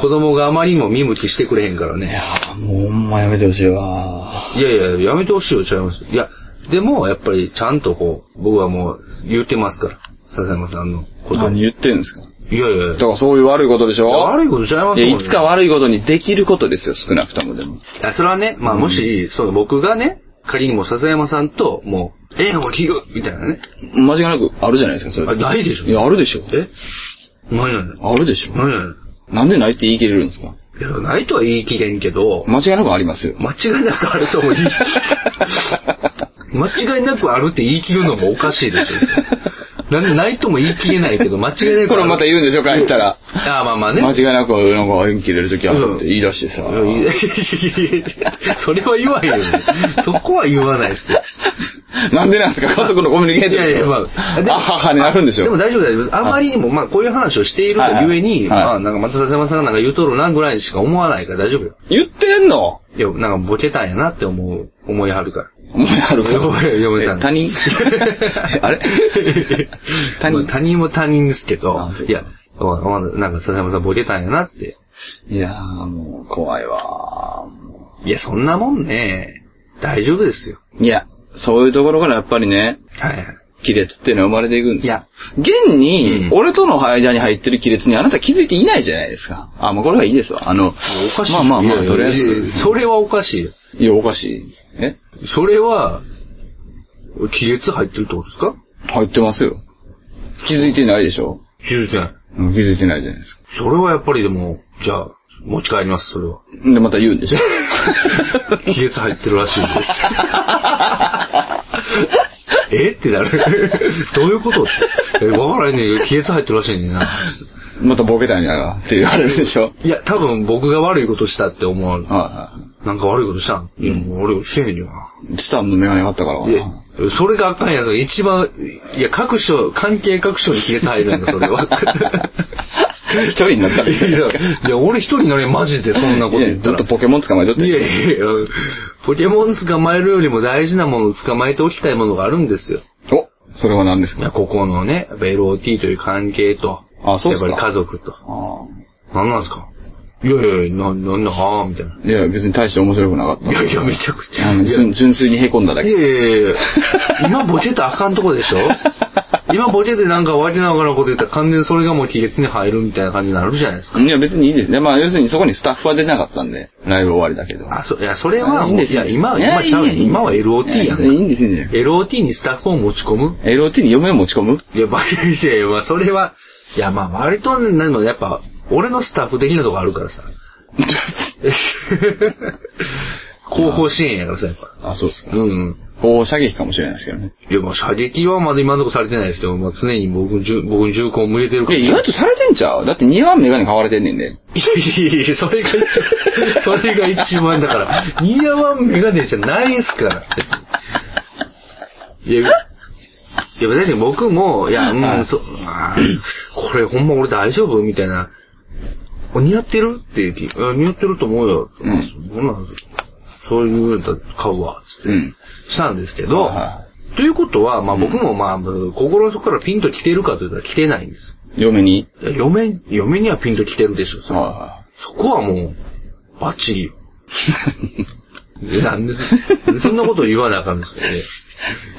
[SPEAKER 2] 子供があまりにも見向きしてくれへんからね。
[SPEAKER 1] やもうほんまやめてほしいわ。
[SPEAKER 2] いやいや、やめてほしいよ、違います。いや、でも、やっぱり、ちゃんとこう、僕はもう、言ってますから。笹山さんのこと。
[SPEAKER 1] 何
[SPEAKER 2] い
[SPEAKER 1] 言ってんですか
[SPEAKER 2] やいや
[SPEAKER 1] だ、からそういう悪いことでしょ
[SPEAKER 2] 悪いことちゃいます
[SPEAKER 1] い
[SPEAKER 2] もん
[SPEAKER 1] や、いつか悪いことにできることですよ、少なくともでも。
[SPEAKER 2] いや、それはね、まあもし、その僕がね、仮にも笹山さんと、もう、ええ、もう聞くみたいなね。
[SPEAKER 1] 間違いなくあるじゃないですか、それ。
[SPEAKER 2] あないでしょ
[SPEAKER 1] いや、あるでしょ。
[SPEAKER 2] え何やねん。
[SPEAKER 1] あるでしょ。
[SPEAKER 2] 何やねん。
[SPEAKER 1] なんでないって言い切れるんですか
[SPEAKER 2] いや、ないとは言い切れんけど、
[SPEAKER 1] 間違いなくありますよ。
[SPEAKER 2] 間違いなくあるとも言い間違いなくあるって言い切るのもおかしいでしょ。なんでないとも言い切れないけど、間違いなくある。
[SPEAKER 1] これまた言うんでしょ帰ったら
[SPEAKER 2] ああ、まあまあね。
[SPEAKER 1] 間違いなく、なんか、縁切れる時あるって言い出してさ。
[SPEAKER 2] うんいやいやいやそれは言わへんよ。そこは言わないっすよ。
[SPEAKER 1] なんでなんですか家族のコミュニケーション。
[SPEAKER 2] いやいやまあでも
[SPEAKER 1] あははになるんでしょ。
[SPEAKER 2] でも大丈夫大丈夫です。あまりにも、まあこういう話をしているがゆえ
[SPEAKER 1] はいはい
[SPEAKER 2] に、ま
[SPEAKER 1] は
[SPEAKER 2] あなんか松田山さんがなんか言うとるなぐらいにしか思わないから大丈夫よ。
[SPEAKER 1] 言ってんの
[SPEAKER 2] いや、なんかボケたんやなって思う、思いはるから。
[SPEAKER 1] お前あるか
[SPEAKER 2] おい嫁さん
[SPEAKER 1] え他人 あ れ他
[SPEAKER 2] まあ
[SPEAKER 1] 人
[SPEAKER 2] 他人も他人ですけど
[SPEAKER 1] あそう、
[SPEAKER 2] いや、おおなんか笹山さんボケたんやなって。
[SPEAKER 1] いやーもう、怖いわ
[SPEAKER 2] いや、そんなもんね、大丈夫ですよ。
[SPEAKER 1] ー。いや、そういうところからやっぱりね、
[SPEAKER 2] はいはい。
[SPEAKER 1] 亀裂っていうのは生まれていくんです
[SPEAKER 2] いや、
[SPEAKER 1] 現に
[SPEAKER 2] う、ん
[SPEAKER 1] 俺との間に入ってる亀裂にあなた気づいていないじゃないですか。あ、まあこれはいいですわ。あの、
[SPEAKER 2] おかしい。
[SPEAKER 1] まあまあまあ、とりあえ
[SPEAKER 2] いや
[SPEAKER 1] ず。
[SPEAKER 2] それはおかしいよ。
[SPEAKER 1] いや、おかしい。え
[SPEAKER 2] それは、亀裂入ってるってことですか
[SPEAKER 1] 入ってますよ。気づいてないでしょ
[SPEAKER 2] 気づいてない。
[SPEAKER 1] うん気づいてないじゃないですか。
[SPEAKER 2] それはやっぱりでも、じゃあ、持ち帰ります、それは。
[SPEAKER 1] で、また言うんでしょ
[SPEAKER 2] 亀裂入ってるらしい です。えってなる。どういうことえ、わからへんねんけど、亀裂入ってるらしいねんな。
[SPEAKER 1] またボケたんやな、って言われるでしょ
[SPEAKER 2] いや、多分僕が悪いことしたって思われる。
[SPEAKER 1] は
[SPEAKER 2] なんか悪いことしたんいや、もう俺してへんよな。
[SPEAKER 1] いはい。チタンのメガネがあったからか
[SPEAKER 2] いや
[SPEAKER 1] な。
[SPEAKER 2] それがあかんやつが一番、いや、各所、関係各所に亀裂入るんだ、それは。
[SPEAKER 1] 一人になったら
[SPEAKER 2] いやいや、俺一人なのにマジでそんなこと
[SPEAKER 1] いや
[SPEAKER 2] 言っ
[SPEAKER 1] ず
[SPEAKER 2] た
[SPEAKER 1] っ
[SPEAKER 2] ら
[SPEAKER 1] と。ポケモン捕まえとって。
[SPEAKER 2] いやいやいや、ポケモン捕まえるよりも大事なものを捕まえておきたいものがあるんですよ。
[SPEAKER 1] お、それは何です
[SPEAKER 2] い
[SPEAKER 1] か
[SPEAKER 2] や、ここのね、やっぱ LOT という関係と、
[SPEAKER 1] あそうっすか
[SPEAKER 2] やっぱり家族と。
[SPEAKER 1] あ
[SPEAKER 2] なんなんすかいやいやいや、な、なんだ、はぁ、みたいな。
[SPEAKER 1] あ。いや、別に大して面白くなかった。
[SPEAKER 2] いやいや、めちゃくちゃ。
[SPEAKER 1] あの
[SPEAKER 2] いや
[SPEAKER 1] 純純粋に凹んだだ
[SPEAKER 2] い
[SPEAKER 1] け。
[SPEAKER 2] やいやいやいや、今ボケたらあかんとこで しょ今ボケてなんかわけなわからんこと言ったら完全にそれがもう亀裂に入るみたいな感じになるじゃないですか。
[SPEAKER 1] いや、別にいいですね。まあ、要するにそこにスタッフは出なかったんで、ライブ終わりだけど。
[SPEAKER 2] あ、そ、いや、それは
[SPEAKER 1] あいいん
[SPEAKER 2] もう、
[SPEAKER 1] です
[SPEAKER 2] い
[SPEAKER 1] よ
[SPEAKER 2] や、今は、
[SPEAKER 1] いや
[SPEAKER 2] 今ちゃう
[SPEAKER 1] いい
[SPEAKER 2] よ
[SPEAKER 1] んです
[SPEAKER 2] 今は LOT やんか。
[SPEAKER 1] いいんですいいんです
[SPEAKER 2] LOT にスタッフを持ち込む
[SPEAKER 1] LOT に嫁を持ち込む
[SPEAKER 2] いや、まあ、いやいや、まあ、それは、いや、まあ、割とね、なのやっぱ、俺のスタッフ的なとこあるからさ。 後方支援やからさ、やっぱ。
[SPEAKER 1] あ、そうですか。
[SPEAKER 2] うん。
[SPEAKER 1] こう、射撃かもしれないですけどね。
[SPEAKER 2] いや、まあ、射撃はまだ今のとこされてないですけど、まあ、常に僕、じゅ僕に銃口を向けてる
[SPEAKER 1] い
[SPEAKER 2] から。
[SPEAKER 1] や、意外とされてんちゃうだって2番メガネ買われてんねんで。
[SPEAKER 2] いやいやいやいや、それが一番、それが一番だから、似合わんメガネじゃないですから、別に。いや、いや、確かに僕も、いや、う
[SPEAKER 1] は
[SPEAKER 2] ん、
[SPEAKER 1] い
[SPEAKER 2] そう、あーこれほんま俺大丈夫みたいな。お似合ってるって言って、いや似合ってると思うよ。
[SPEAKER 1] うん
[SPEAKER 2] そうなんですそういうの買うわ、つって、
[SPEAKER 1] うん
[SPEAKER 2] したんですけど、
[SPEAKER 1] はいは
[SPEAKER 2] ということは、まあ僕もまあ、心の底からピンと来てるかというと来てないんです。
[SPEAKER 1] 嫁に。
[SPEAKER 2] いや嫁、嫁にはピンと来てるでしょ、それは
[SPEAKER 1] あ
[SPEAKER 2] そこはもう、バッチリよ。いや なんで、そんなこと言わなあかんですよね。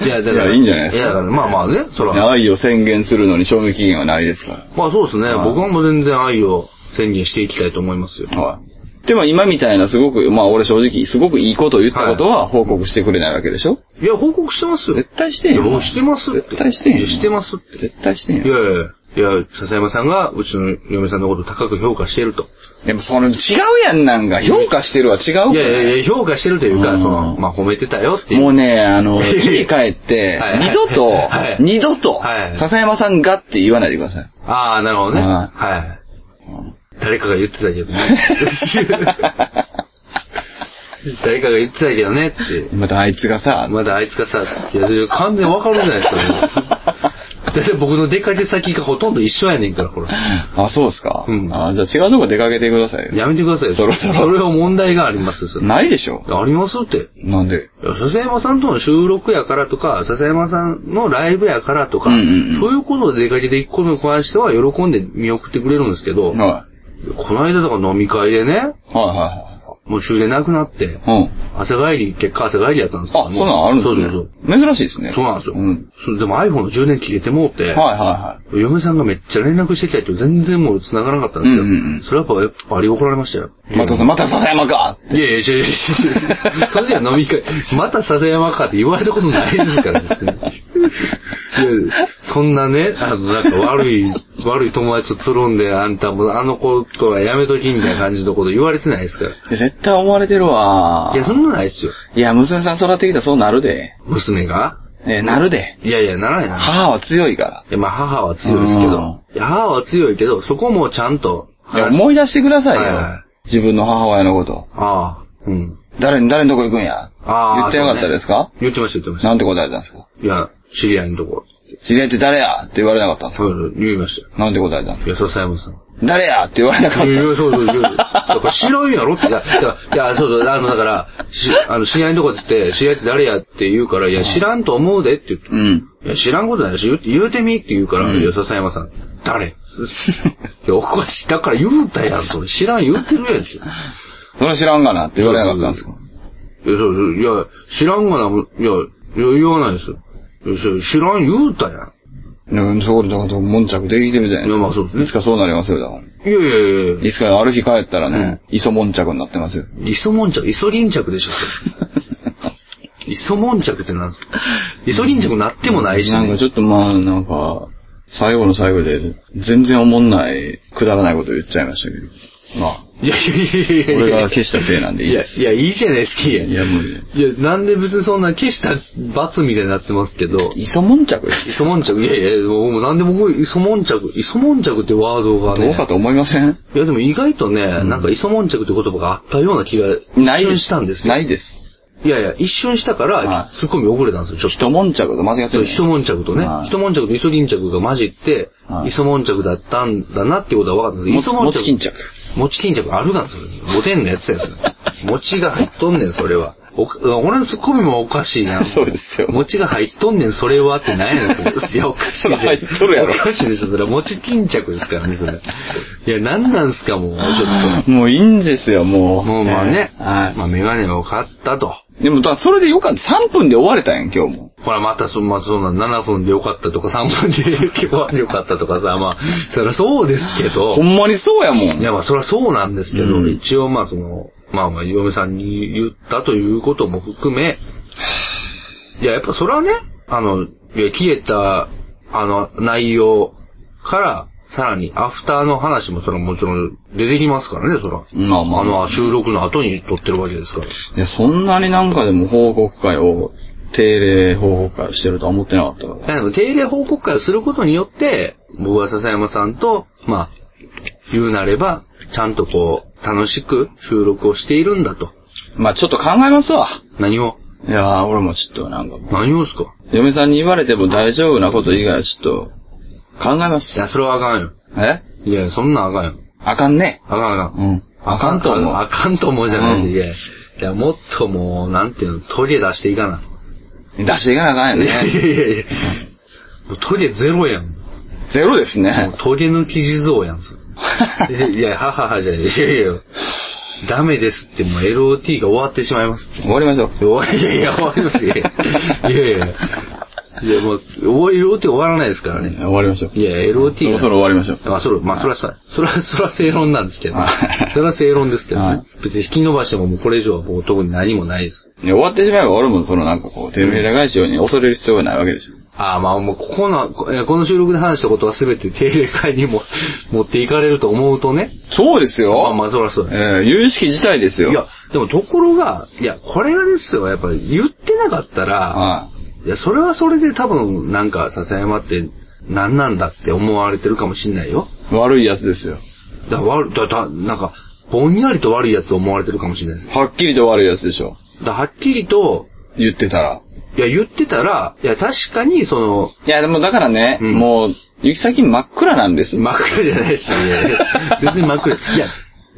[SPEAKER 2] いや、だから、
[SPEAKER 1] いやいいんじゃないですか
[SPEAKER 2] や、だからまあまあね、そ
[SPEAKER 1] あ。
[SPEAKER 2] ら。
[SPEAKER 1] 愛を宣言するのに賞味期限はないですか
[SPEAKER 2] まあそうですね、
[SPEAKER 1] はい
[SPEAKER 2] 僕はもう全然愛を宣言していきたいと思いますよ。
[SPEAKER 1] ら。はい。でも今みたいなすごく、まあ俺正直すごくいいことを言ったことは報告してくれないわけでしょ
[SPEAKER 2] いや、報告してますよ。
[SPEAKER 1] 絶対して
[SPEAKER 2] い
[SPEAKER 1] ん
[SPEAKER 2] や、
[SPEAKER 1] よ。
[SPEAKER 2] 僕してますって。
[SPEAKER 1] 絶対してんよ。
[SPEAKER 2] いやしてますって。
[SPEAKER 1] 絶対してん
[SPEAKER 2] い
[SPEAKER 1] よ。
[SPEAKER 2] やいやいや、いや、笹山さんが、うちの嫁さんのことを高く評価していると。
[SPEAKER 1] でもその違うやんなんか、評価してるは違うから
[SPEAKER 2] いやいやいや、評価してるという
[SPEAKER 1] う
[SPEAKER 2] か、
[SPEAKER 1] ん
[SPEAKER 2] その、まあ褒めてたよっていう。
[SPEAKER 1] もうね、あ の、
[SPEAKER 2] いや
[SPEAKER 1] 家に帰って
[SPEAKER 2] はい、
[SPEAKER 1] 二度と
[SPEAKER 2] は、い
[SPEAKER 1] 二度と
[SPEAKER 2] は、い
[SPEAKER 1] 笹山さんがって言わないでください。
[SPEAKER 2] ああ、なるほどね。
[SPEAKER 1] は
[SPEAKER 2] はい。誰かが言ってたけどね。 誰かが言ってたけどねって。
[SPEAKER 1] またあいつがさ、
[SPEAKER 2] まだあいつがさ、いや、それ完全にわかるじゃないですか、もうだって僕の出かけ先がほとんど一緒やねんから、ほら。
[SPEAKER 1] あ、そうですか。
[SPEAKER 2] うん
[SPEAKER 1] あじゃあ違うとこ出かけてくださいよ。
[SPEAKER 2] やめてくださいよ。
[SPEAKER 1] そろそろ
[SPEAKER 2] それは問題がありますよ、それ
[SPEAKER 1] ないでしょ。
[SPEAKER 2] ありますって。
[SPEAKER 1] なんで。
[SPEAKER 2] いや笹山さんとの収録やからとか、笹山さんのライブやからとか、
[SPEAKER 1] うんうんうん
[SPEAKER 2] そういうことで出かけていくことに関しては喜んで見送ってくれるんですけど、
[SPEAKER 1] は
[SPEAKER 2] この間とか飲み会でね、
[SPEAKER 1] い。は
[SPEAKER 2] もう終電なくなって
[SPEAKER 1] いはい、はい。うん。
[SPEAKER 2] 朝帰り、結果朝帰りやったんですけど
[SPEAKER 1] あ、そんなんあるんですね。
[SPEAKER 2] そうそう
[SPEAKER 1] 珍しいです
[SPEAKER 2] そ
[SPEAKER 1] ね。
[SPEAKER 2] う。そうなんですよ。
[SPEAKER 1] うん。
[SPEAKER 2] それでも iPhone の充電切れてもう
[SPEAKER 1] は
[SPEAKER 2] て、
[SPEAKER 1] いは
[SPEAKER 2] 嫁さんがめっちゃ連絡してきたけど全然もう繋がらなかったんですよ。
[SPEAKER 1] うんうんうん
[SPEAKER 2] それはやっぱ、やっぱあり怒られましたよ。
[SPEAKER 1] いはい。またさ、また笹山か
[SPEAKER 2] いやいや、違う違う違う。それじゃ飲み会、また笹山かって言われたことないですから、別に。いやそんなね、あの、なんか悪い、悪い友達とつるんで、あんたもあの子とはやめときみたいな感じのこと言われてないですか
[SPEAKER 1] いや絶対思われてるわ
[SPEAKER 2] ら。いや、そんなのないですよ。
[SPEAKER 1] いや、娘さん育ってきたらそうなるで。
[SPEAKER 2] 娘が。
[SPEAKER 1] えーなるで。
[SPEAKER 2] いやいや、ならないな。
[SPEAKER 1] 母は強いか
[SPEAKER 2] いや、まあ母は強いですけど。いや、母は強いけど、そこもちゃんと
[SPEAKER 1] ら。いや
[SPEAKER 2] 話し。
[SPEAKER 1] 思い出してくださいよ。
[SPEAKER 2] はいはい
[SPEAKER 1] 自分の母親のこと。
[SPEAKER 2] ああ、うん。
[SPEAKER 1] 誰に、誰のとこ行くんや。
[SPEAKER 2] ああ。
[SPEAKER 1] 言ってなかったですか、
[SPEAKER 2] 言ってました、言ってました。
[SPEAKER 1] なんて答えたんですか
[SPEAKER 2] いや、知り合いのとこ。
[SPEAKER 1] 知り合いって誰やって言われなかったんです
[SPEAKER 2] そうそう、言いましたよ。
[SPEAKER 1] かなんて答えたんです
[SPEAKER 2] いや、笹山さん。
[SPEAKER 1] か誰やって言われなかった。
[SPEAKER 2] いや、そうそう、そう。だから知らんやろって。だからいや、そうそう、あの、だから、しあの、知り合いのとこって言って、知り合いって誰やって言うから、いや、知らんと思うでって言って。
[SPEAKER 1] うん。
[SPEAKER 2] いや、知らんことないし、言う言うてみって言うから、
[SPEAKER 1] うん
[SPEAKER 2] いや、笹山さん、誰いや、おかしい。だから言うたやん、それ。知らん言うてるやんし。いや、
[SPEAKER 1] それ知らんがなって言われなかったんですか
[SPEAKER 2] そうそう、いや、知らんがな、いや、いや言わないですよ。いやそう知らん言うたやん。
[SPEAKER 1] うん、そこで、だから、悶着できてるじゃないですか。
[SPEAKER 2] いやまあそうですね
[SPEAKER 1] いつかそうなりますよ、だから。
[SPEAKER 2] いやいやいやいや
[SPEAKER 1] いつかある日帰ったらね、磯悶着になってますよ。
[SPEAKER 2] 磯悶着、磯輪着でしょ、それ。磯悶着ってなんすか磯輪着なってもないし、
[SPEAKER 1] なんかちょっとまあ、なんか、最後の最後で、全然おもんない、くだらないこと言っちゃいましたけど。まあ、
[SPEAKER 2] いやいやいやいやいや
[SPEAKER 1] 俺が消したせいなんでいいです。
[SPEAKER 2] いや、いや、いいじゃないですか、いや。
[SPEAKER 1] いや、無理です。
[SPEAKER 2] いや、なんで別にそんな消した罰みたいになってますけど、
[SPEAKER 1] 磯悶着です
[SPEAKER 2] 磯悶着、いやいや、もうなんでもこう磯悶着、磯悶着ってワードがね、
[SPEAKER 1] どうかと思いません
[SPEAKER 2] いやでも意外とね、なんか磯悶着って言葉があったような気が一
[SPEAKER 1] ないで
[SPEAKER 2] 瞬
[SPEAKER 1] す。
[SPEAKER 2] したんですよ。
[SPEAKER 1] ないです。
[SPEAKER 2] いやいや、一瞬したから、
[SPEAKER 1] は
[SPEAKER 2] ツッコミ遅れたんですよ、ちょっと。
[SPEAKER 1] 一悶着と間違って
[SPEAKER 2] そう、
[SPEAKER 1] る。
[SPEAKER 2] 一悶着とね
[SPEAKER 1] は、い
[SPEAKER 2] 一悶着とイソリン着が混じって
[SPEAKER 1] は、い
[SPEAKER 2] イソ悶着だったんだなってことは分かったんで
[SPEAKER 1] も
[SPEAKER 2] すけ
[SPEAKER 1] ち
[SPEAKER 2] ど、
[SPEAKER 1] もち巾着。
[SPEAKER 2] もち巾着あるがん、それ。おでんのやつやつ。餅が入っとんねん、それは。おか俺のツッコミもおかしい な。
[SPEAKER 1] そうですよ
[SPEAKER 2] 餅が入っとんねん、それはって何やねん、それ。いや、おかしいじゃん。
[SPEAKER 1] それ入っとるやろ
[SPEAKER 2] おかしいでしょ、それは。餅巾着ですからね、それ。いや、何なんすか、もう、ちょっ
[SPEAKER 1] もういいんですよ、も
[SPEAKER 2] と。
[SPEAKER 1] う。
[SPEAKER 2] もうまあね、
[SPEAKER 1] はい。
[SPEAKER 2] まあメガネを買ったと。
[SPEAKER 1] でも、だからそれでよかった。3分で終われたやん、今日も。
[SPEAKER 2] ほら、またそ、まあ、そんな、7分でよかったとか、3分で 今日はよかったとかさ、まあ、そりゃそうですけど
[SPEAKER 1] ほ、んまにそうやもん。
[SPEAKER 2] いや、まあ、そりゃそうなんですけど、
[SPEAKER 1] うん
[SPEAKER 2] 一応、まあ、その、まあまあ、嫁さんに言ったということも含め、いや、やっぱそれはね、あの、いや、消えた、あの、内容から、さらに、アフターの話も、それはもちろん出てきますからね、そら。
[SPEAKER 1] まあまあ
[SPEAKER 2] あの、収録の後に撮ってるわけですから。
[SPEAKER 1] いや、そんなになんかでも報告会を、定例報告会をしてるとは思ってなかったから。
[SPEAKER 2] いやでも定例報告会をすることによって、僕は笹山さんと、まあ、言うなれば、ちゃんとこう、楽しく収録をしているんだと。
[SPEAKER 1] まあちょっと考えますわ。
[SPEAKER 2] 何を
[SPEAKER 1] いやー、俺もちょっとなんか、
[SPEAKER 2] 何をですか
[SPEAKER 1] 嫁さんに言われても大丈夫なこと以外はちょっと、考えま
[SPEAKER 2] い
[SPEAKER 1] す。
[SPEAKER 2] や、それはあかんよ。
[SPEAKER 1] え
[SPEAKER 2] いや、そんなんあかんよ。
[SPEAKER 1] あかんね。
[SPEAKER 2] あかんあか。
[SPEAKER 1] うんん。あかんと思
[SPEAKER 2] あ
[SPEAKER 1] う。
[SPEAKER 2] あかんと思うじゃない
[SPEAKER 1] う
[SPEAKER 2] し、
[SPEAKER 1] ん
[SPEAKER 2] いや、いや、もっともう、なんていうの、トイレ出していかな。
[SPEAKER 1] 出していかなあかんよ
[SPEAKER 2] いやい
[SPEAKER 1] ね。
[SPEAKER 2] やいやいや。もうトイレゼロやん。
[SPEAKER 1] ゼロです
[SPEAKER 2] も
[SPEAKER 1] ね
[SPEAKER 2] う。トイレ抜き地蔵やん、それ。いやいや、はははじゃない。いやいや、ダメですって、もう LOT が終わってしまいますって。
[SPEAKER 1] 終わりましょう。
[SPEAKER 2] いやいや、終わりますよ。いやいや。いや、もう、終わり LOT 終わらないですからね。
[SPEAKER 1] 終わりましょう。
[SPEAKER 2] いや、LOT
[SPEAKER 1] そろそろ終わりましょう。
[SPEAKER 2] まあ、それ、まあ、それはさ、それは、それは正論なんですけど
[SPEAKER 1] はい。
[SPEAKER 2] それは正論ですけど
[SPEAKER 1] はい
[SPEAKER 2] ね。別に引き伸ばしても、もうこれ以上はもう特に何もないです。
[SPEAKER 1] いや終わってしまえば俺もそのなんかこう、手のひら返しように恐れる必要がないわけでしょ。
[SPEAKER 2] ああ、まあ、もう、ここの、こえこの収録で話したことは全て定例会にも 持っていかれると思うとね。
[SPEAKER 1] そうですよ。
[SPEAKER 2] まあまあ、そらそうだね。
[SPEAKER 1] えー、有意識自体ですよ。
[SPEAKER 2] いや、でもところが、いや、これがですよ、やっぱり言ってなかったら、
[SPEAKER 1] はい
[SPEAKER 2] や、それはそれで多分、なんか、笹山って何なんだって思われてるかもしんないよ。
[SPEAKER 1] い。悪いやつですよ。
[SPEAKER 2] だ、悪い、だ、だ、なんか、ぼんやりと悪いやつと思われてるかもしれないで
[SPEAKER 1] はっきりと悪いやつでしょ。
[SPEAKER 2] す。だ、はっきりと、
[SPEAKER 1] 言ってたら。
[SPEAKER 2] いや、言ってたら、いや、確かに、その、
[SPEAKER 1] いや、でもだからね、
[SPEAKER 2] うん
[SPEAKER 1] もう、行き先真っ暗なんです。
[SPEAKER 2] 真っ暗じゃないですよね。 全然真っ暗。いや、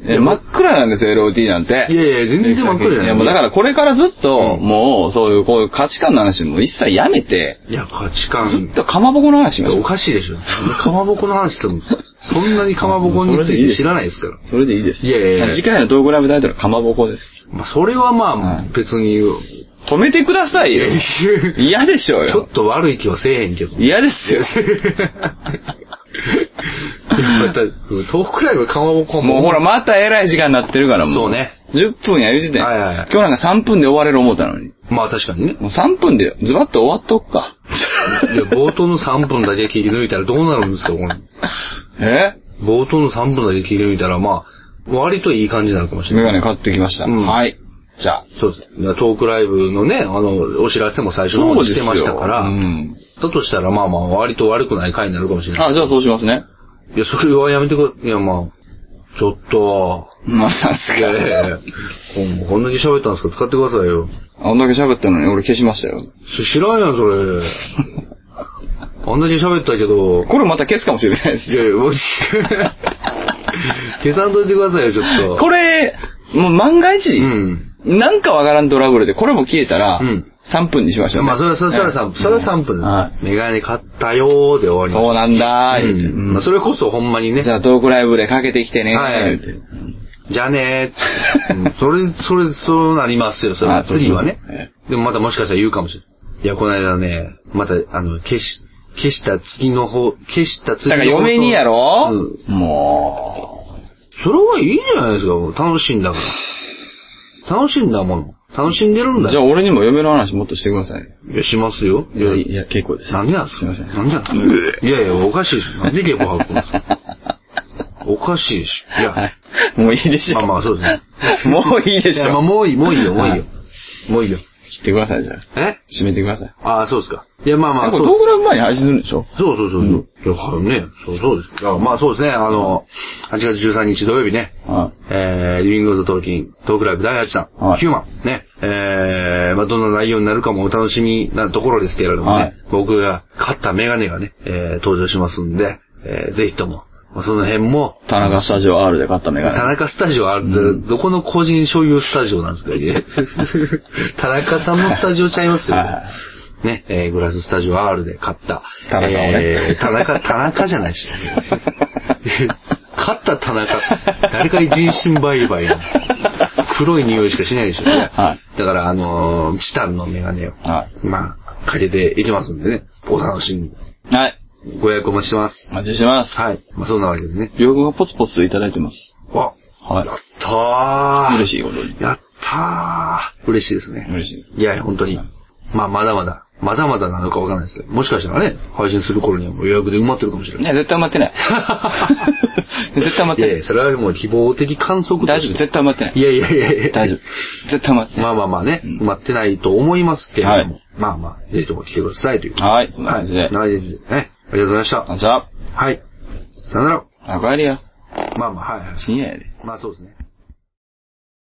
[SPEAKER 1] え真っ暗なんですよ、LOT なんて。
[SPEAKER 2] いやいや、全然真っ暗じゃない。
[SPEAKER 1] いや、もうだからこれからずっと、
[SPEAKER 2] うん
[SPEAKER 1] もう、そういう、こういう価値観の話も一切やめて、
[SPEAKER 2] いや、価値観。
[SPEAKER 1] ずっとかまぼこの話しましょ
[SPEAKER 2] お
[SPEAKER 1] う。
[SPEAKER 2] かしいでしょ。かまぼこの話しても、そんなにかまぼこについて知らないですから。
[SPEAKER 1] それでいいです。
[SPEAKER 2] いやいやいや
[SPEAKER 1] 次回のトークライブタイトルはかまぼこです。
[SPEAKER 2] まあ、それはま
[SPEAKER 1] は
[SPEAKER 2] あ
[SPEAKER 1] い、
[SPEAKER 2] 別に、
[SPEAKER 1] 止めてくださいよ。
[SPEAKER 2] ち
[SPEAKER 1] 嫌でしょう
[SPEAKER 2] ょ
[SPEAKER 1] よ
[SPEAKER 2] っ。と悪い気はせえへんけど。
[SPEAKER 1] 嫌ですよ。
[SPEAKER 2] また、トークライブかまぼこ
[SPEAKER 1] もうほら、また偉い時間になってるから、もう。
[SPEAKER 2] そうね。
[SPEAKER 1] 10分や言うてて。
[SPEAKER 2] はいはいはい
[SPEAKER 1] 今日なんか3分で終われる思ったのに。
[SPEAKER 2] まあ確かにね。
[SPEAKER 1] もう3分でズバッと終わっとくか。
[SPEAKER 2] いや、冒頭の3分だけ切り抜いたらどうなるんですか、これ。
[SPEAKER 1] え
[SPEAKER 2] 冒頭の3分だけ切り抜いたら、まあ、割といい感じなのかもしれ
[SPEAKER 1] メ
[SPEAKER 2] ない。
[SPEAKER 1] ガネ買ってきました。
[SPEAKER 2] うん
[SPEAKER 1] はい。じゃあ。
[SPEAKER 2] そうです。だからトークライブのね、あの、お知らせも最初の方にしてましたから、
[SPEAKER 1] うん。
[SPEAKER 2] だとしたら、まあまあ、割と悪くない回になるかもしれない。
[SPEAKER 1] あ、じゃあそうしますね。
[SPEAKER 2] いや、それはやめてく、いや、まあ、ちょっと、
[SPEAKER 1] まあ、さす
[SPEAKER 2] いやい
[SPEAKER 1] が。
[SPEAKER 2] や いや、こんこんだけ喋ったんですから使ってくださいよ。
[SPEAKER 1] あんだけ喋ったのに俺消しましたよ。
[SPEAKER 2] そ知らんやん、それ。あんだけ喋ったけど、
[SPEAKER 1] これまた消すかもしれないです
[SPEAKER 2] い。やいや、もう消さんといてくださいよ、ちょっと。
[SPEAKER 1] これ、もう万が一、
[SPEAKER 2] うん。
[SPEAKER 1] なんかわからんトラブルで、これも消えたら、
[SPEAKER 2] うん
[SPEAKER 1] 3分にしましょう、ね。
[SPEAKER 2] まあ、それは、それは
[SPEAKER 1] え
[SPEAKER 2] 3分。
[SPEAKER 1] え
[SPEAKER 2] それは3分。
[SPEAKER 1] は
[SPEAKER 2] メガネ買ったよーで終わり
[SPEAKER 1] そう
[SPEAKER 2] ま
[SPEAKER 1] なんだー、
[SPEAKER 2] し
[SPEAKER 1] 言うて
[SPEAKER 2] た。うん。まあ、それこそほんまにね
[SPEAKER 1] じ。ゃあトークライブでかけてきてね、
[SPEAKER 2] はい
[SPEAKER 1] 言うて
[SPEAKER 2] じゃあねーうんそれ、それ、そうなりますよ、それ
[SPEAKER 1] あ
[SPEAKER 2] は。
[SPEAKER 1] そうそう
[SPEAKER 2] 次はね
[SPEAKER 1] え。
[SPEAKER 2] でもまたもしかしたら言うかもしれない。いや、この間ね、また、あの、消し、消した次の方、消した次
[SPEAKER 1] だ
[SPEAKER 2] の
[SPEAKER 1] から
[SPEAKER 2] 方。
[SPEAKER 1] 嫁にやろ、
[SPEAKER 2] うん。
[SPEAKER 1] も
[SPEAKER 2] それはいいんじゃないですか、もう楽しいんだから。楽しいんだもの。楽しんでるん
[SPEAKER 1] う。
[SPEAKER 2] だ
[SPEAKER 1] じゃ
[SPEAKER 2] よ。
[SPEAKER 1] あ俺にも嫁の話もっとしてください。
[SPEAKER 2] いや、しますよ。い
[SPEAKER 1] いや、
[SPEAKER 2] や、
[SPEAKER 1] いや結構です。
[SPEAKER 2] なんでなんです
[SPEAKER 1] すいません。
[SPEAKER 2] なんでなんですかいやいや、おかしいでしょ。なんでゲボ吐くんですかおかしいでしょ。いや、
[SPEAKER 1] はい。もういいでしょ。
[SPEAKER 2] まあまあ、そうですね。
[SPEAKER 1] もういいで
[SPEAKER 2] い
[SPEAKER 1] し
[SPEAKER 2] や、まあ、
[SPEAKER 1] ょ。
[SPEAKER 2] もういい、もういいよ、もういいよ。もういいよ。
[SPEAKER 1] 切ってください、じゃあ。
[SPEAKER 2] え
[SPEAKER 1] 閉めてください。
[SPEAKER 2] ああ、そうですか。いや、まあまあ、
[SPEAKER 1] これ
[SPEAKER 2] そう
[SPEAKER 1] どうぐらい前に配信するんでしょ
[SPEAKER 2] そうそうそう。そういや、はいね、そうそうです。あまあそうですね、あの、8月13日土曜日ね、
[SPEAKER 1] は
[SPEAKER 2] えー、リビングオズトーキン、トークライブ第8弾、
[SPEAKER 1] はい
[SPEAKER 2] ヒューマン、ね、えー、まあどんな内容になるかもお楽しみなところですけれどもね、
[SPEAKER 1] はい
[SPEAKER 2] 僕が買ったメガネがね、えー、登場しますんで、えー、ぜひとも、まあその辺も、
[SPEAKER 1] い。田中スタジオ R で買ったメガネ。
[SPEAKER 2] 田中スタジオある、どこの個人所有スタジオなんですか ね。田中さんのスタジオちゃいますよ
[SPEAKER 1] はいは。
[SPEAKER 2] ね、えーグラススタジオ R で買った。
[SPEAKER 1] 田中をね
[SPEAKER 2] えー田中、田中じゃないし。買った田中。誰かに人身売買の。黒い匂いしかしないでしょ。
[SPEAKER 1] は
[SPEAKER 2] だから、あのーチタンのメガネを、
[SPEAKER 1] は
[SPEAKER 2] まあ、かけていきますんでね。お楽しみに。
[SPEAKER 1] い。はい。
[SPEAKER 2] ご予約お待ちしてます。
[SPEAKER 1] お待ちしてます。
[SPEAKER 2] はい。まあ、そんなわけでね。
[SPEAKER 1] 予約がポツポツといただいてます。
[SPEAKER 2] あ、
[SPEAKER 1] はい。
[SPEAKER 2] やったー。
[SPEAKER 1] 嬉しいことに。
[SPEAKER 2] やったー。嬉しいですね。
[SPEAKER 1] 嬉しい。
[SPEAKER 2] いやいや、本当に。まあ、まだまだ。まだまだなのかわかんないですけど。もしかしたらね、配信する頃にはもう予約で埋まってるかもしれ
[SPEAKER 1] い
[SPEAKER 2] ない。
[SPEAKER 1] や、絶対埋まってない。 絶対埋まっ
[SPEAKER 2] い
[SPEAKER 1] て
[SPEAKER 2] や
[SPEAKER 1] ないい
[SPEAKER 2] や、。それはもう希望的観測
[SPEAKER 1] 大丈夫、
[SPEAKER 2] 夫。
[SPEAKER 1] 絶対埋まってない
[SPEAKER 2] い。やいやいやいや
[SPEAKER 1] 大丈夫。絶対埋まってない。
[SPEAKER 2] まあまあまあね、埋まってないと思いますけれども。
[SPEAKER 1] はい
[SPEAKER 2] まあまあ、ぜひとも来てくださいという。
[SPEAKER 1] はい、そんな
[SPEAKER 2] は
[SPEAKER 1] 感
[SPEAKER 2] い。
[SPEAKER 1] じで。
[SPEAKER 2] 長いですね。ありがとうございました。
[SPEAKER 1] あ、じゃ
[SPEAKER 2] はい。さよな
[SPEAKER 1] あ、上がりや。
[SPEAKER 2] ら。まあまあ、はいはい。
[SPEAKER 1] 深夜やで。
[SPEAKER 2] まあそうですね。